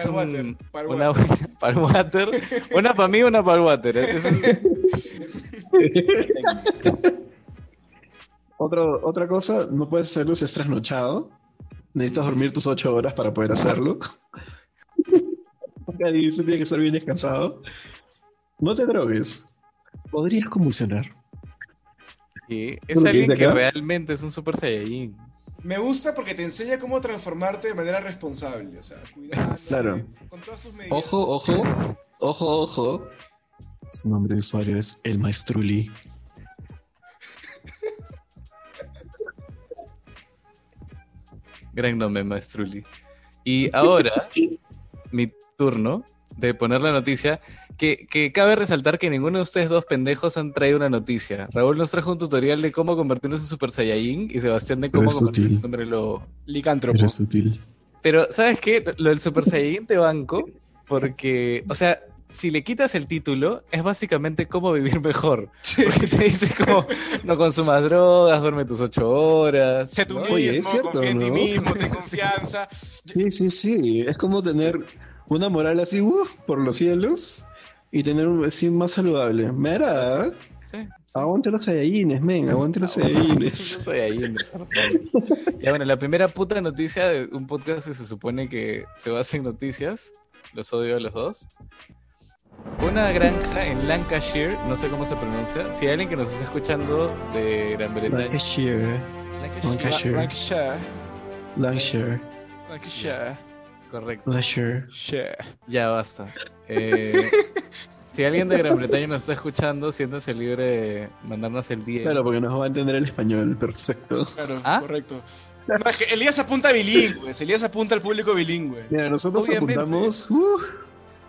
S2: Para el
S1: Pues, un-
S2: water, para el
S1: una [laughs] para el water, una para mí, una para el water. Eso es-
S3: Otro- [laughs] otra cosa, no puedes hacerlo si es trasnochado. Necesitas dormir tus ocho horas para poder hacerlo. Acá dice, tienes que estar bien descansado. No te drogues. Podrías convulsionar.
S1: sí,
S3: ¿Tú
S1: es
S3: lo
S1: alguien
S3: tienes
S1: que
S3: acá?
S1: realmente es un Super Saiyajin.
S2: Me gusta porque te enseña cómo transformarte de manera responsable, o sea, cuidándose,
S3: Claro.
S2: con todas sus medidas.
S3: Ojo, ojo, ojo, ojo. Su nombre de usuario es El Maestruli.
S1: Gran nombre, Maestruli. Y ahora, mi turno de poner la noticia, que, que cabe resaltar que ninguno de ustedes dos pendejos han traído una noticia. Raúl nos trajo un tutorial de cómo convertirnos en Super Saiyajin y Sebastián de
S3: Pero
S1: cómo
S3: es
S1: convertirse
S3: útil.
S1: en hombre lobo.
S2: Licántropo.
S3: Eres útil.
S1: Pero, ¿sabes qué? Lo del Super Saiyajin te banco porque, o sea, si le quitas el título, es básicamente cómo vivir mejor. [laughs]
S2: [laughs] Sí,
S1: Porque te dice como, no consumas drogas, duerme tus ocho horas.
S2: Sé tú
S1: ¿no?
S2: mismo,
S3: Oye, es cierto,
S2: confía en ti
S3: ¿no?
S2: mismo, [laughs] ten confianza.
S3: Sí, sí, sí. Es como tener una moral así, uf, por los cielos. Y tener un vecino más saludable. Me agrada. ¿eh?
S1: Sí, sí.
S3: Aguante los Saiyajines, men. Aguante
S1: [laughs]
S3: los
S1: Yo
S3: Saiyajines.
S1: soy ahí en desarrollo. Ya bueno, la primera puta noticia de un podcast que se supone que se basa en noticias. Los odio a los dos. Una granja en Lancashire, no sé cómo se pronuncia. Si hay alguien que nos está escuchando de Gran Bretaña,
S3: Lancashire.
S1: Lancashire.
S3: Lancashire.
S2: Lancashire.
S3: Lancashire.
S2: Lancashire.
S1: Correcto,
S3: Lancashire.
S2: Share.
S1: ya basta. Eh, si alguien de Gran Bretaña nos está escuchando, siéntase libre de mandarnos el día.
S3: Claro, porque nos va a entender el español. Perfecto.
S2: Claro,
S1: ¿Ah?
S2: correcto. No, es que Elías apunta a bilingües, Elías apunta al público bilingüe.
S3: Mira, nosotros
S1: Obviamente.
S3: apuntamos uf,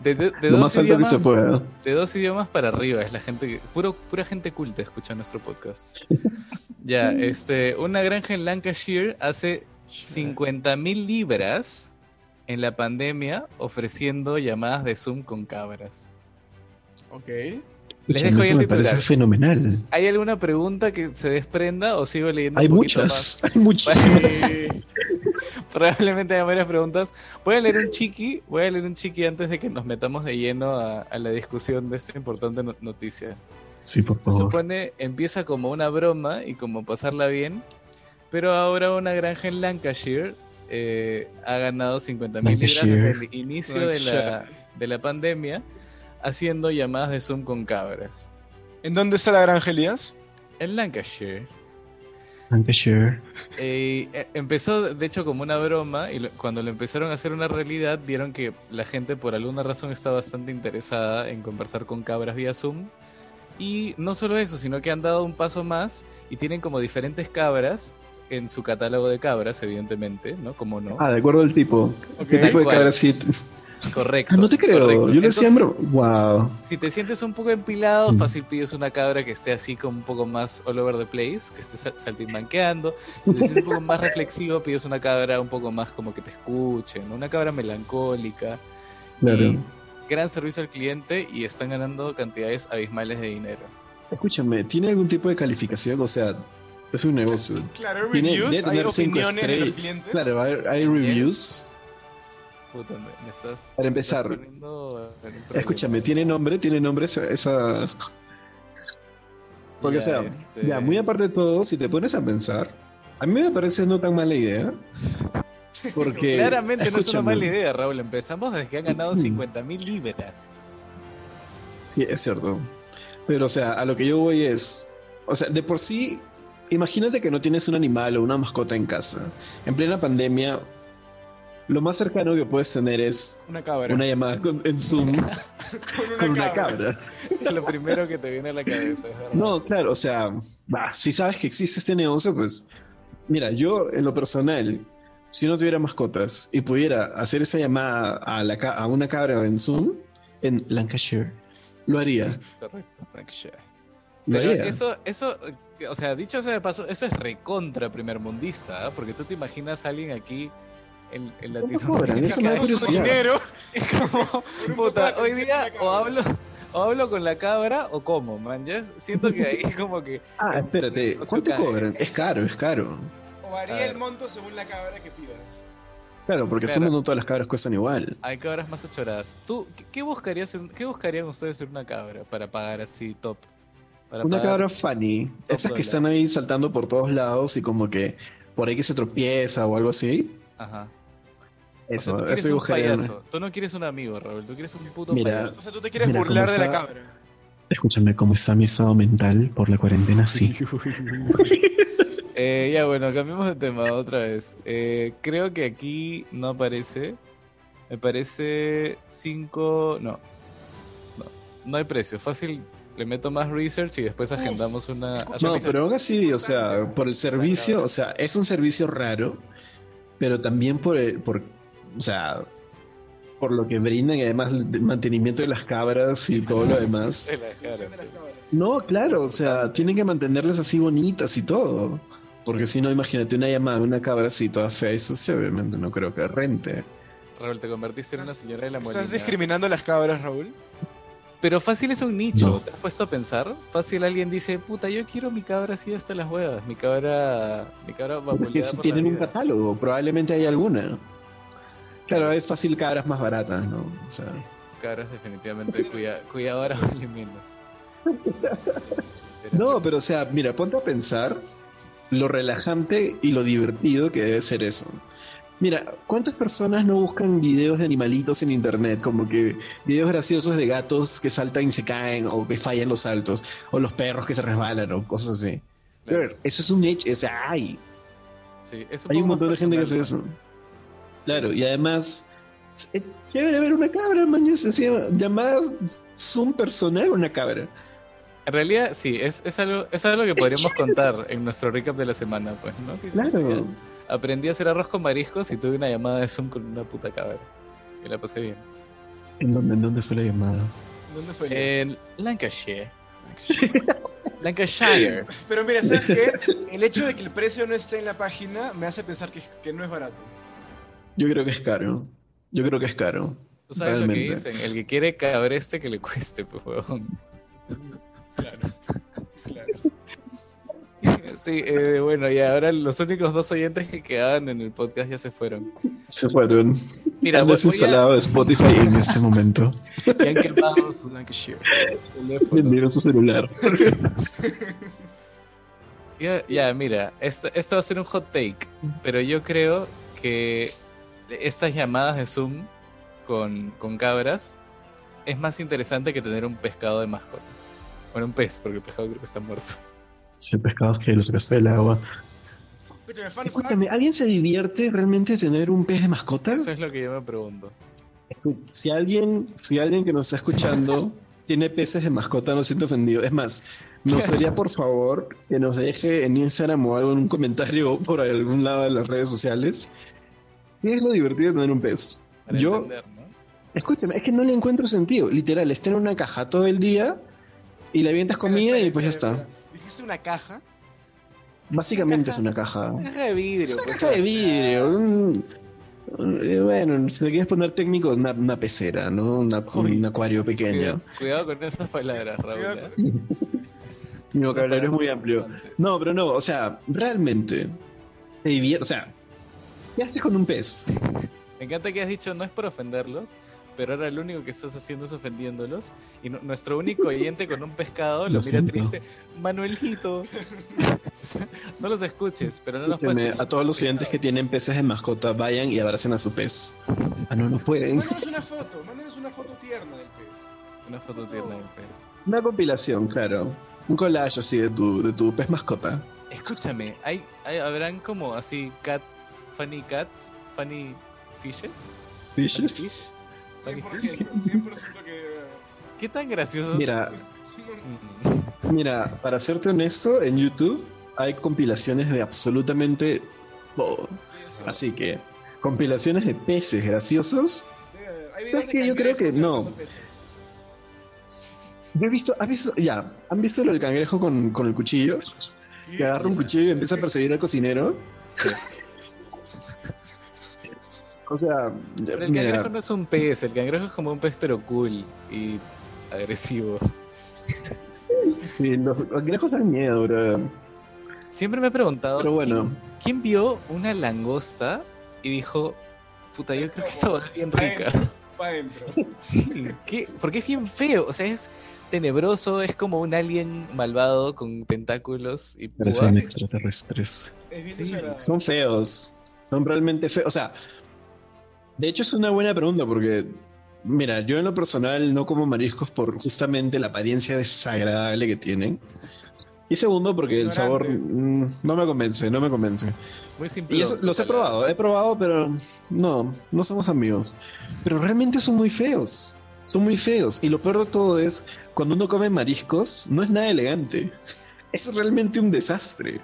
S1: De, de- de
S3: lo
S1: dos
S3: más alto que
S1: idiomas,
S3: se pueda.
S1: de dos idiomas para arriba es la gente que, puro, pura gente culta escucha nuestro
S3: [laughs]
S1: podcast ya este una granja en Lancashire hace 50.000 mil libras en la pandemia ofreciendo llamadas de Zoom con cabras
S2: Ok. Eh,
S1: les dejo ahí
S3: Eso
S1: el
S3: me parece
S1: titular
S3: fenomenal.
S1: ¿hay alguna pregunta que se desprenda o sigo leyendo
S3: Hay
S1: un poquito
S3: muchas,
S1: más?
S3: [laughs] hay muchísimas.
S2: Eh,
S1: [laughs] probablemente haya varias preguntas voy a leer un chiqui voy a leer un chiqui antes de que nos metamos de lleno a, a la discusión de esta importante no- noticia
S3: Sí, por
S1: Se
S3: favor.
S1: supone empieza como una broma y como pasarla bien, pero ahora una granja en Lancashire eh, ha ganado 50 mil libras
S3: Lancashire.
S1: desde el inicio de la, de la pandemia haciendo llamadas de Zoom con cabras.
S2: ¿En dónde está la granja Elías?
S1: En Lancashire.
S3: Lancashire.
S1: Eh, eh, empezó de hecho como una broma y lo- cuando lo empezaron a hacer una realidad vieron que la gente por alguna razón está bastante interesada en conversar con cabras vía Zoom. Y no solo eso, sino que han dado un paso más y tienen como diferentes cabras en su catálogo de cabras, evidentemente, ¿no? Como no.
S3: Ah, de acuerdo al tipo.
S2: Ok.
S3: ¿Qué tipo de
S1: Igual.
S3: cabra sí?
S1: Correcto.
S3: Ah, no te creo.
S1: correcto.
S3: Yo le
S1: Entonces,
S3: decía, bro. Wow.
S1: Si te sientes un poco empilado,
S3: Mm.
S1: fácil pides una cabra que esté así como un poco más all over the place, que esté sal- saltimbanqueando. Si te sientes un poco más reflexivo, pides una cabra un poco más como que te escuche, ¿no? Una cabra melancólica.
S3: Claro.
S1: Y gran servicio al cliente y están ganando cantidades abismales de dinero.
S3: Escúchame, ¿tiene algún tipo de calificación? O sea, es un negocio.
S2: Claro, hay
S3: Tiene-
S2: reviews,
S3: debe
S2: hay
S3: tener
S2: opiniones
S3: cinco
S2: de los
S3: estrellas.
S2: clientes.
S3: Claro, hay, hay reviews.
S1: Puta, me, me estás.
S3: Para
S1: me estás
S3: empezar.
S1: poniendo en un problema.
S3: Escúchame, ¿tiene nombre? ¿Tiene nombre esa...? esa- Porque, o
S1: Ya,
S3: sea,
S1: este,
S3: ya, muy aparte de todo, si te pones a pensar, a mí me parece no tan
S1: [laughs]
S3: mala idea. Porque...
S1: Claramente no es una
S3: escúchame,
S1: mala idea, Raúl. Empezamos desde que han ganado
S3: Mm.
S1: 50 mil libras.
S3: Sí, es cierto. Pero, o sea, a lo que yo voy es. O sea, de por sí, imagínate que no tienes un animal o una mascota en casa. En plena pandemia, lo más cercano que puedes tener es
S2: Una cabra.
S3: una llamada con- en Zoom con una cabra.
S1: Es lo primero que te viene a la cabeza, es verdad.
S3: No, claro, o sea, bah, si sabes que existe este negocio, pues. Mira, yo, en lo personal, si no tuviera mascotas y pudiera hacer esa llamada a, la, ca- a una cabra en Zoom, en Lancashire, lo haría.
S1: Correcto. Sure.
S3: Lo
S1: Pero
S3: haría.
S1: eso, eso, eh, o sea, dicho sea de paso, eso es recontra primermundista, ¿ah? porque tú te imaginas a alguien aquí en, en Latinoamérica.
S3: cobran? Eso me da
S1: que hace-
S3: curiosidad. [laughs]
S2: dinero.
S1: es como,
S2: Por un poco de
S1: puta, hoy
S2: atención a
S1: día
S2: la cabra.
S1: o hablo, o hablo con la cabra o como, man. Ya es- siento que
S3: [laughs]
S1: ahí como que
S3: Ah, eh, espérate,
S1: Negocio
S3: ¿cuánto
S1: caro.
S3: cobran? Es caro, es caro.
S2: O
S1: A
S2: varía
S1: ver.
S2: el monto según la cabra que pidas.
S3: Claro, porque
S1: Claro.
S3: somos no todas las cabras cuestan igual.
S1: hay cabras más achoradas. ¿Tú qué, qué buscarías, en- qué buscarían ustedes en una cabra para pagar así top? Para
S3: Una
S1: pagar-
S3: cabra funny, esas
S1: dólar.
S3: que están ahí saltando por todos lados y como que por ahí que se tropieza o algo así.
S1: Ajá. O sea,
S3: Eso,
S1: tú quieres
S3: eso yo
S1: un
S3: buscaría.
S1: payaso. Tú no quieres un amigo, Raúl. Tú quieres un puto
S3: Mira,
S1: payaso.
S2: O sea, tú te quieres
S3: Mira, como
S2: burlar de la
S3: está-
S2: cabra.
S3: Escúchame, ¿cómo está mi estado mental por la
S1: [laughs]
S3: cuarentena? [laughs] Sí.
S1: Eh, ya bueno, cambiemos de tema otra vez. Eh, creo que aquí no aparece. Me parece 5. No. no. No hay precio. Fácil, le meto más research y después agendamos una.
S2: escucha,
S3: No,
S1: hacemos-
S3: pero aún así, o sea, por el servicio, o sea, es un servicio raro, pero también por, el- por o sea, por lo que brindan y además el mantenimiento de las cabras y todo
S1: [laughs]
S3: lo demás.
S1: de las
S2: Función
S1: caras,
S2: de las cabras.
S3: No, claro, o sea, tienen que mantenerlas así bonitas y todo. Porque si no, imagínate una llamada de una cabra así toda fea y sucia, obviamente no creo que rente.
S1: Raúl, te convertiste en una
S2: Estás-
S1: señora de la molina.
S2: ¿Estás discriminando a las cabras, Raúl?
S1: Pero fácil es un nicho.
S3: No.
S1: ¿Te has puesto a pensar? Fácil alguien dice, puta, yo quiero mi cabra así hasta las huevas. Mi cabra. Mi cabra
S3: Porque
S1: vapuleada
S3: si
S1: por la
S3: tienen un
S1: vida".
S3: catálogo, probablemente hay alguna. Claro, hay fácil cabras más baratas, ¿no? O sea,
S1: Cabras definitivamente cuida, cuidadora [laughs] vale menos.
S3: no, pero o sea, mira, ponte a pensar lo relajante y lo divertido que debe ser eso. Mira, ¿cuántas personas no buscan videos de animalitos en internet? Como que videos graciosos de gatos que saltan y se caen, o que fallan los saltos, o los perros que se resbalan, o cosas así. A
S1: Claro,
S3: ver, eso es un hecho, o sea, hay,
S1: sí, es
S3: hay
S1: poco
S3: un montón de
S1: más
S3: gente que hace
S1: personal,
S3: eso.
S1: ¿no? Sí.
S3: Claro, y además, es chévere ver una cabra, mañana se hacía llamada Zoom personal una cabra.
S1: En realidad, sí, es, es algo, es algo que podríamos contar en nuestro recap de la semana, pues, ¿no? Que
S3: Claro.
S1: ya Aprendí a hacer arroz con mariscos y tuve una llamada de Zoom con una puta cabra. Y la pasé bien.
S3: ¿En dónde, en dónde fue la llamada?
S2: ¿Dónde
S1: Eh,
S2: fue eso?
S1: En Lancashire. [laughs] Lancashire.
S2: Pero mira, ¿sabes qué?
S1: [laughs]
S2: El hecho de que el precio no esté en la página me hace pensar que, que no es barato.
S3: Yo creo que es caro. Yo creo que es caro.
S1: Tú sabes lo que
S3: Realmente.
S1: dicen. El que quiere cabreste que le cueste, pues, huevón. [laughs]
S2: Claro. claro.
S1: Sí, eh, bueno, y ahora los únicos dos oyentes que quedaban en el podcast ya se fueron.
S3: Se fueron.
S1: Mira,
S3: Han
S1: voy, voy a,
S3: desinstalado Spotify en este momento.
S1: [laughs] y han quemado sus
S3: [laughs]
S2: Lancashire.
S1: teléfonos.
S3: Vendieron su celular.
S1: Ya, ya, mira, esto, esto va a ser un hot take, pero yo creo que estas llamadas de Zoom con, con cabras es más interesante que tener un pescado de mascota. Bueno, un pez, porque el pescado creo que está muerto.
S3: Sí, pescados que los gastó el agua.
S2: Escúchame, fan fact,
S3: Escúchame, ¿alguien se divierte realmente tener un pez de mascota?
S1: Eso es lo que yo me pregunto.
S3: Escu- Si alguien, si alguien que nos está escuchando tiene peces de mascota, no siento ofendido. Es más,
S1: [laughs]
S3: Nos sería por favor que nos deje en Instagram o algo en un comentario o por algún lado de las redes sociales. ¿Qué es lo divertido de tener un pez?
S1: Para
S3: Yo-
S1: entender, ¿no?
S3: Escúchame, es que no le encuentro sentido. Literal, está en una caja todo el día y le avientas comida y pues ya está.
S2: Dijiste una caja.
S3: Básicamente es una caja.
S1: Una caja de vidrio.
S3: Es una
S1: pues,
S3: caja de
S1: o sea,
S3: vidrio. un- eh, bueno, si le quieres poner técnico, una, una pecera, ¿no? Una-
S1: Uy.
S3: un acuario pequeño.
S1: Cuidado, cuidado con esas palabras, Raúl.
S2: Cuidado
S1: ¿eh?
S3: [laughs] Mi
S1: Esas
S3: vocabulario es muy
S1: palabras
S3: amplio.
S1: importantes.
S3: No, pero no, o sea, realmente te divier- O sea, ¿qué haces con un pez?
S1: Me encanta que has dicho no es por ofenderlos, pero ahora lo único que estás haciendo es ofendiéndolos. Y nu- nuestro único oyente con un pescado lo,
S3: Lo
S1: mira
S3: siento.
S1: triste. Manuelito. no los escuches, pero no los puedes
S3: Escúchame,
S1: escuchar.
S3: a todos los clientes que tienen peces de mascota, vayan y abracen a su pez. Ah, no, no pueden.
S2: Mándanos una foto, mándanos una foto tierna del pez.
S1: Una foto tierna pues. del pez.
S3: Una compilación, claro. Un collage así de tu, de tu pez mascota.
S1: Escúchame, ¿hay, hay- habrán como así cat, funny cats, funny fishes? funny
S3: Fishes.
S1: fish, funny fish?
S2: 100%, 100% que... eh,
S1: ¿Qué tan graciosos?
S2: [laughs]
S3: Mira,
S2: no-
S1: Mm.
S3: mira, para serte honesto, en YouTube hay compilaciones de absolutamente todo.
S2: sí, eso.
S3: Así que, compilaciones de peces graciosos.
S2: Debe haber. Hay
S3: ¿Sabes
S2: videos de
S3: qué? Yo creo que
S2: cangrejos
S3: no.
S2: atrapando peces.
S3: Yo he visto, ¿has visto? Ya, ¿han visto lo del cangrejo con, con el cuchillo? Que agarra un cuchillo y empieza a perseguir al cocinero.
S1: Sí.
S3: O sea,
S1: Pero el
S3: mira,
S1: cangrejo no es un pez, el cangrejo es como un pez pero cool y agresivo.
S3: sí, los cangrejos dan miedo, bro.
S1: Siempre me he preguntado,
S3: Pero bueno,
S1: ¿quién, quién vio una langosta y dijo, puta, yo creo que esta boda es bien rica?
S2: Pa' dentro.
S1: [laughs] Sí, ¿qué? porque es bien feo, o sea, es tenebroso, es como un alien malvado con tentáculos y púas.
S3: parecen extraterrestres.
S2: Es bien
S1: Sí,
S2: desagradable.
S3: Son feos. Son realmente feos. O sea, de hecho es una buena pregunta porque, mira, yo en lo personal no como mariscos por justamente la apariencia desagradable que tienen. Y segundo, porque el sabor mm, no me convence, no me convence.
S1: muy simple.
S3: Y eso, los he probado, he probado, pero no, no somos amigos. Pero realmente son muy feos. Son muy feos. Y lo peor de todo es, cuando uno come mariscos, no es nada elegante. Es realmente un desastre.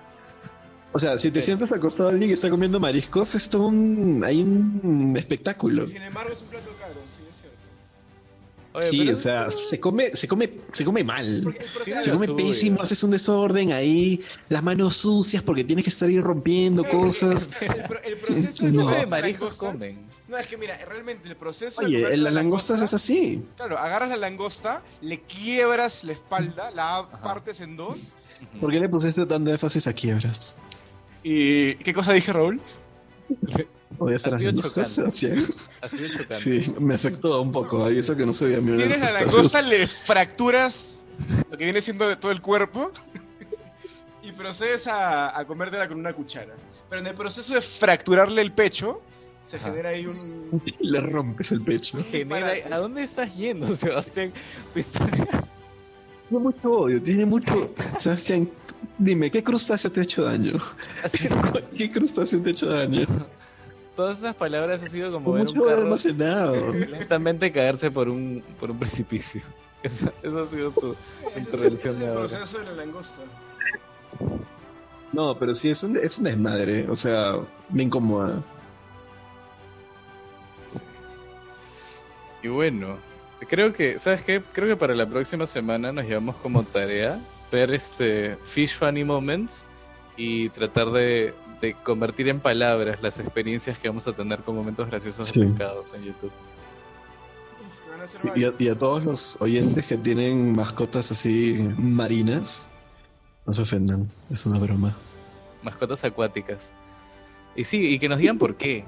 S3: O sea, si te
S1: Sí.
S3: sientas acostado a alguien que está comiendo mariscos, es todo un. hay un espectáculo.
S2: Y sin embargo es un plato caro, sí, es cierto.
S3: sí, o sea, se come, se come, se come mal.
S2: Porque el
S3: Se
S1: la
S2: proceso...
S3: come
S1: suya.
S3: pésimo, haces un desorden ahí, las manos sucias porque tienes que estar ahí rompiendo
S2: [laughs]
S3: cosas.
S2: El, pro- el proceso
S1: ¿Qué
S2: de
S3: No.
S1: clase
S2: cocinar
S1: de mariscos
S2: langosta-
S1: comen?
S2: No, es que mira, realmente el proceso. de
S3: Oye,
S2: comerte
S3: en
S2: la
S3: las langostas es
S2: langosta-
S3: así.
S2: Claro, agarras la langosta, le quiebras la espalda, la
S1: Ajá.
S2: partes en dos.
S3: ¿Por qué le pusiste tanto énfasis a quiebras?
S2: ¿Y qué cosa dije, Raúl?
S3: ¿Podías
S1: Ha
S3: ser
S1: sido
S3: langostas? [laughs] Sebastián?
S1: Ha sido chocante.
S3: Sí, me afectó un poco. Y eso que no soy amigo de
S2: Tienes
S3: los
S2: la langosta,
S3: crustáceos.
S2: le fracturas lo que viene siendo de todo el cuerpo [laughs] y procedes a, a comértela con una cuchara. Pero en el proceso de fracturarle el pecho, se
S1: Ajá.
S2: genera ahí un.
S3: [laughs] Le rompes el pecho.
S1: Genera-
S2: disparate.
S1: ¿A dónde estás yendo, [laughs] Sebastián? Tu
S3: [laughs]
S1: historia-
S3: Tiene mucho odio, tiene mucho. Sebastián, dime, ¿qué crustáceo te ha hecho daño? [laughs]
S1: así-
S3: ¿Qué crustáceo te ha
S1: [laughs]
S3: hecho daño?
S1: todas esas palabras ha sido como
S3: Con
S1: ver
S3: mucho
S1: un
S3: odio
S1: carro
S3: almacenado.
S1: lentamente caerse por un, por un precipicio. [laughs] Eso, eso ha sido tu.
S2: Ese es- ese
S1: Intervención
S2: es
S1: de
S2: el
S1: ahora.
S2: proceso de la langosta.
S3: No, pero sí, es un, es un desmadre. O sea, me incomoda.
S1: Y bueno, creo que, ¿sabes qué? Creo que para la próxima semana nos llevamos como tarea ver este Fish Funny Moments y tratar de, de convertir en palabras las experiencias que vamos a tener con momentos graciosos
S3: Sí.
S1: de pescados en YouTube.
S2: Uf, que Pues, van a ser
S3: Sí, y, a,
S2: varios.
S3: y a todos los oyentes que tienen mascotas así marinas, no se ofendan. Es una broma.
S1: Mascotas acuáticas. Y sí, y que nos digan por qué.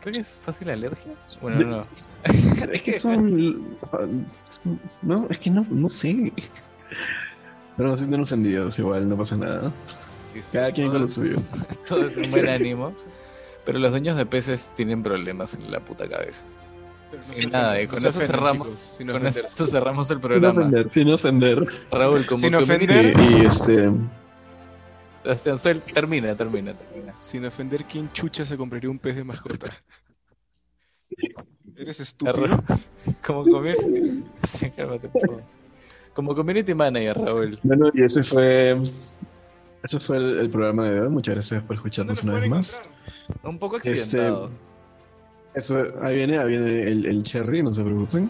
S1: Creo que es fácil alergias. Bueno, no. no.
S3: Es que [laughs] son. ah, No, es que no, no sé. Pero no se sienten ofendidos, igual, no pasa nada. Cada quien
S1: Ah,
S3: con lo suyo.
S1: Todo es un
S2: [laughs]
S1: buen ánimo. Pero los dueños de peces tienen problemas en la puta cabeza.
S2: Pero no
S1: Y
S2: se
S1: nada,
S2: ofendan,
S1: y
S2: no
S1: con
S2: se
S1: eso
S2: ofendan,
S1: cerramos.
S2: chicos, sin
S1: con
S2: ofenderse.
S1: eso cerramos el
S3: Sin
S1: programa.
S3: ofender, sin ofender.
S1: Raúl, como
S2: Sin
S1: que-
S2: ofender.
S3: Sí, y este.
S1: Sebastián, suel- termina, termina, termina.
S2: Sin ofender, ¿quién chucha se compraría un pez de mascota? [laughs] Eres estúpido.
S1: [laughs] Arro- Como comer. Sí, cálmate, por favor. Como community manager, Raúl.
S3: Bueno, y ese fue. Ese fue el, el programa de hoy. Muchas gracias por
S2: pues,
S3: escucharnos una vez más.
S1: Un poco
S3: Este,
S1: accidentado.
S3: Eso, ahí viene, ahí viene el, el cherry, no se preocupen.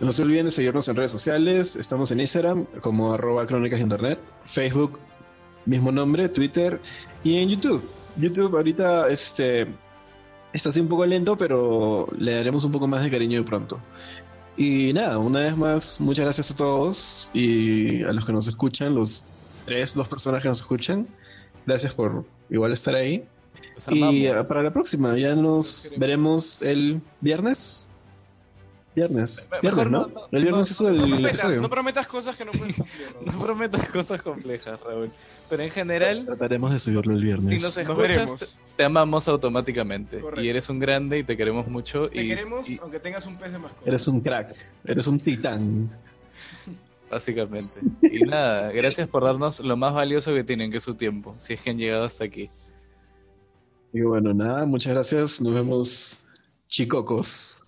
S3: No se olviden de seguirnos en redes sociales. Estamos en Instagram como arroba crónicas de internet, Facebook, mismo nombre, Twitter y en YouTube. YouTube ahorita este, está así un poco lento, pero le daremos un poco más de cariño de pronto. Y nada, una vez más, muchas gracias a todos y a los que nos escuchan, los tres, dos personas que nos escuchan. Gracias por igual estar ahí.
S1: Los
S3: Y
S1: amamos.
S3: ah, para la próxima, ya nos veremos el viernes. Viernes.
S1: Me-
S3: Viernes,
S1: mejor
S3: ¿no?
S1: no, no,
S3: El viernes
S1: no,
S3: es el,
S2: No
S3: el
S2: prometas,
S3: episodio.
S2: no prometas cosas que [laughs] no puedes cumplir. Raúl.
S1: [laughs] No prometas cosas complejas, Raúl. Pero en general,
S3: Trataremos de subirlo el viernes.
S1: si nos
S2: Nos
S1: escuchas,
S2: veremos.
S1: te amamos automáticamente.
S2: Correcto.
S1: Y eres un grande y te queremos mucho.
S2: Te
S1: y,
S2: queremos,
S1: y-
S2: aunque tengas un pez de mascota.
S3: Eres un crack, eres un titán.
S1: básicamente. Y nada, gracias por darnos lo más valioso que tienen, que es su tiempo. Si es que han llegado hasta aquí.
S3: Y bueno, nada, muchas gracias. Nos vemos, chicocos.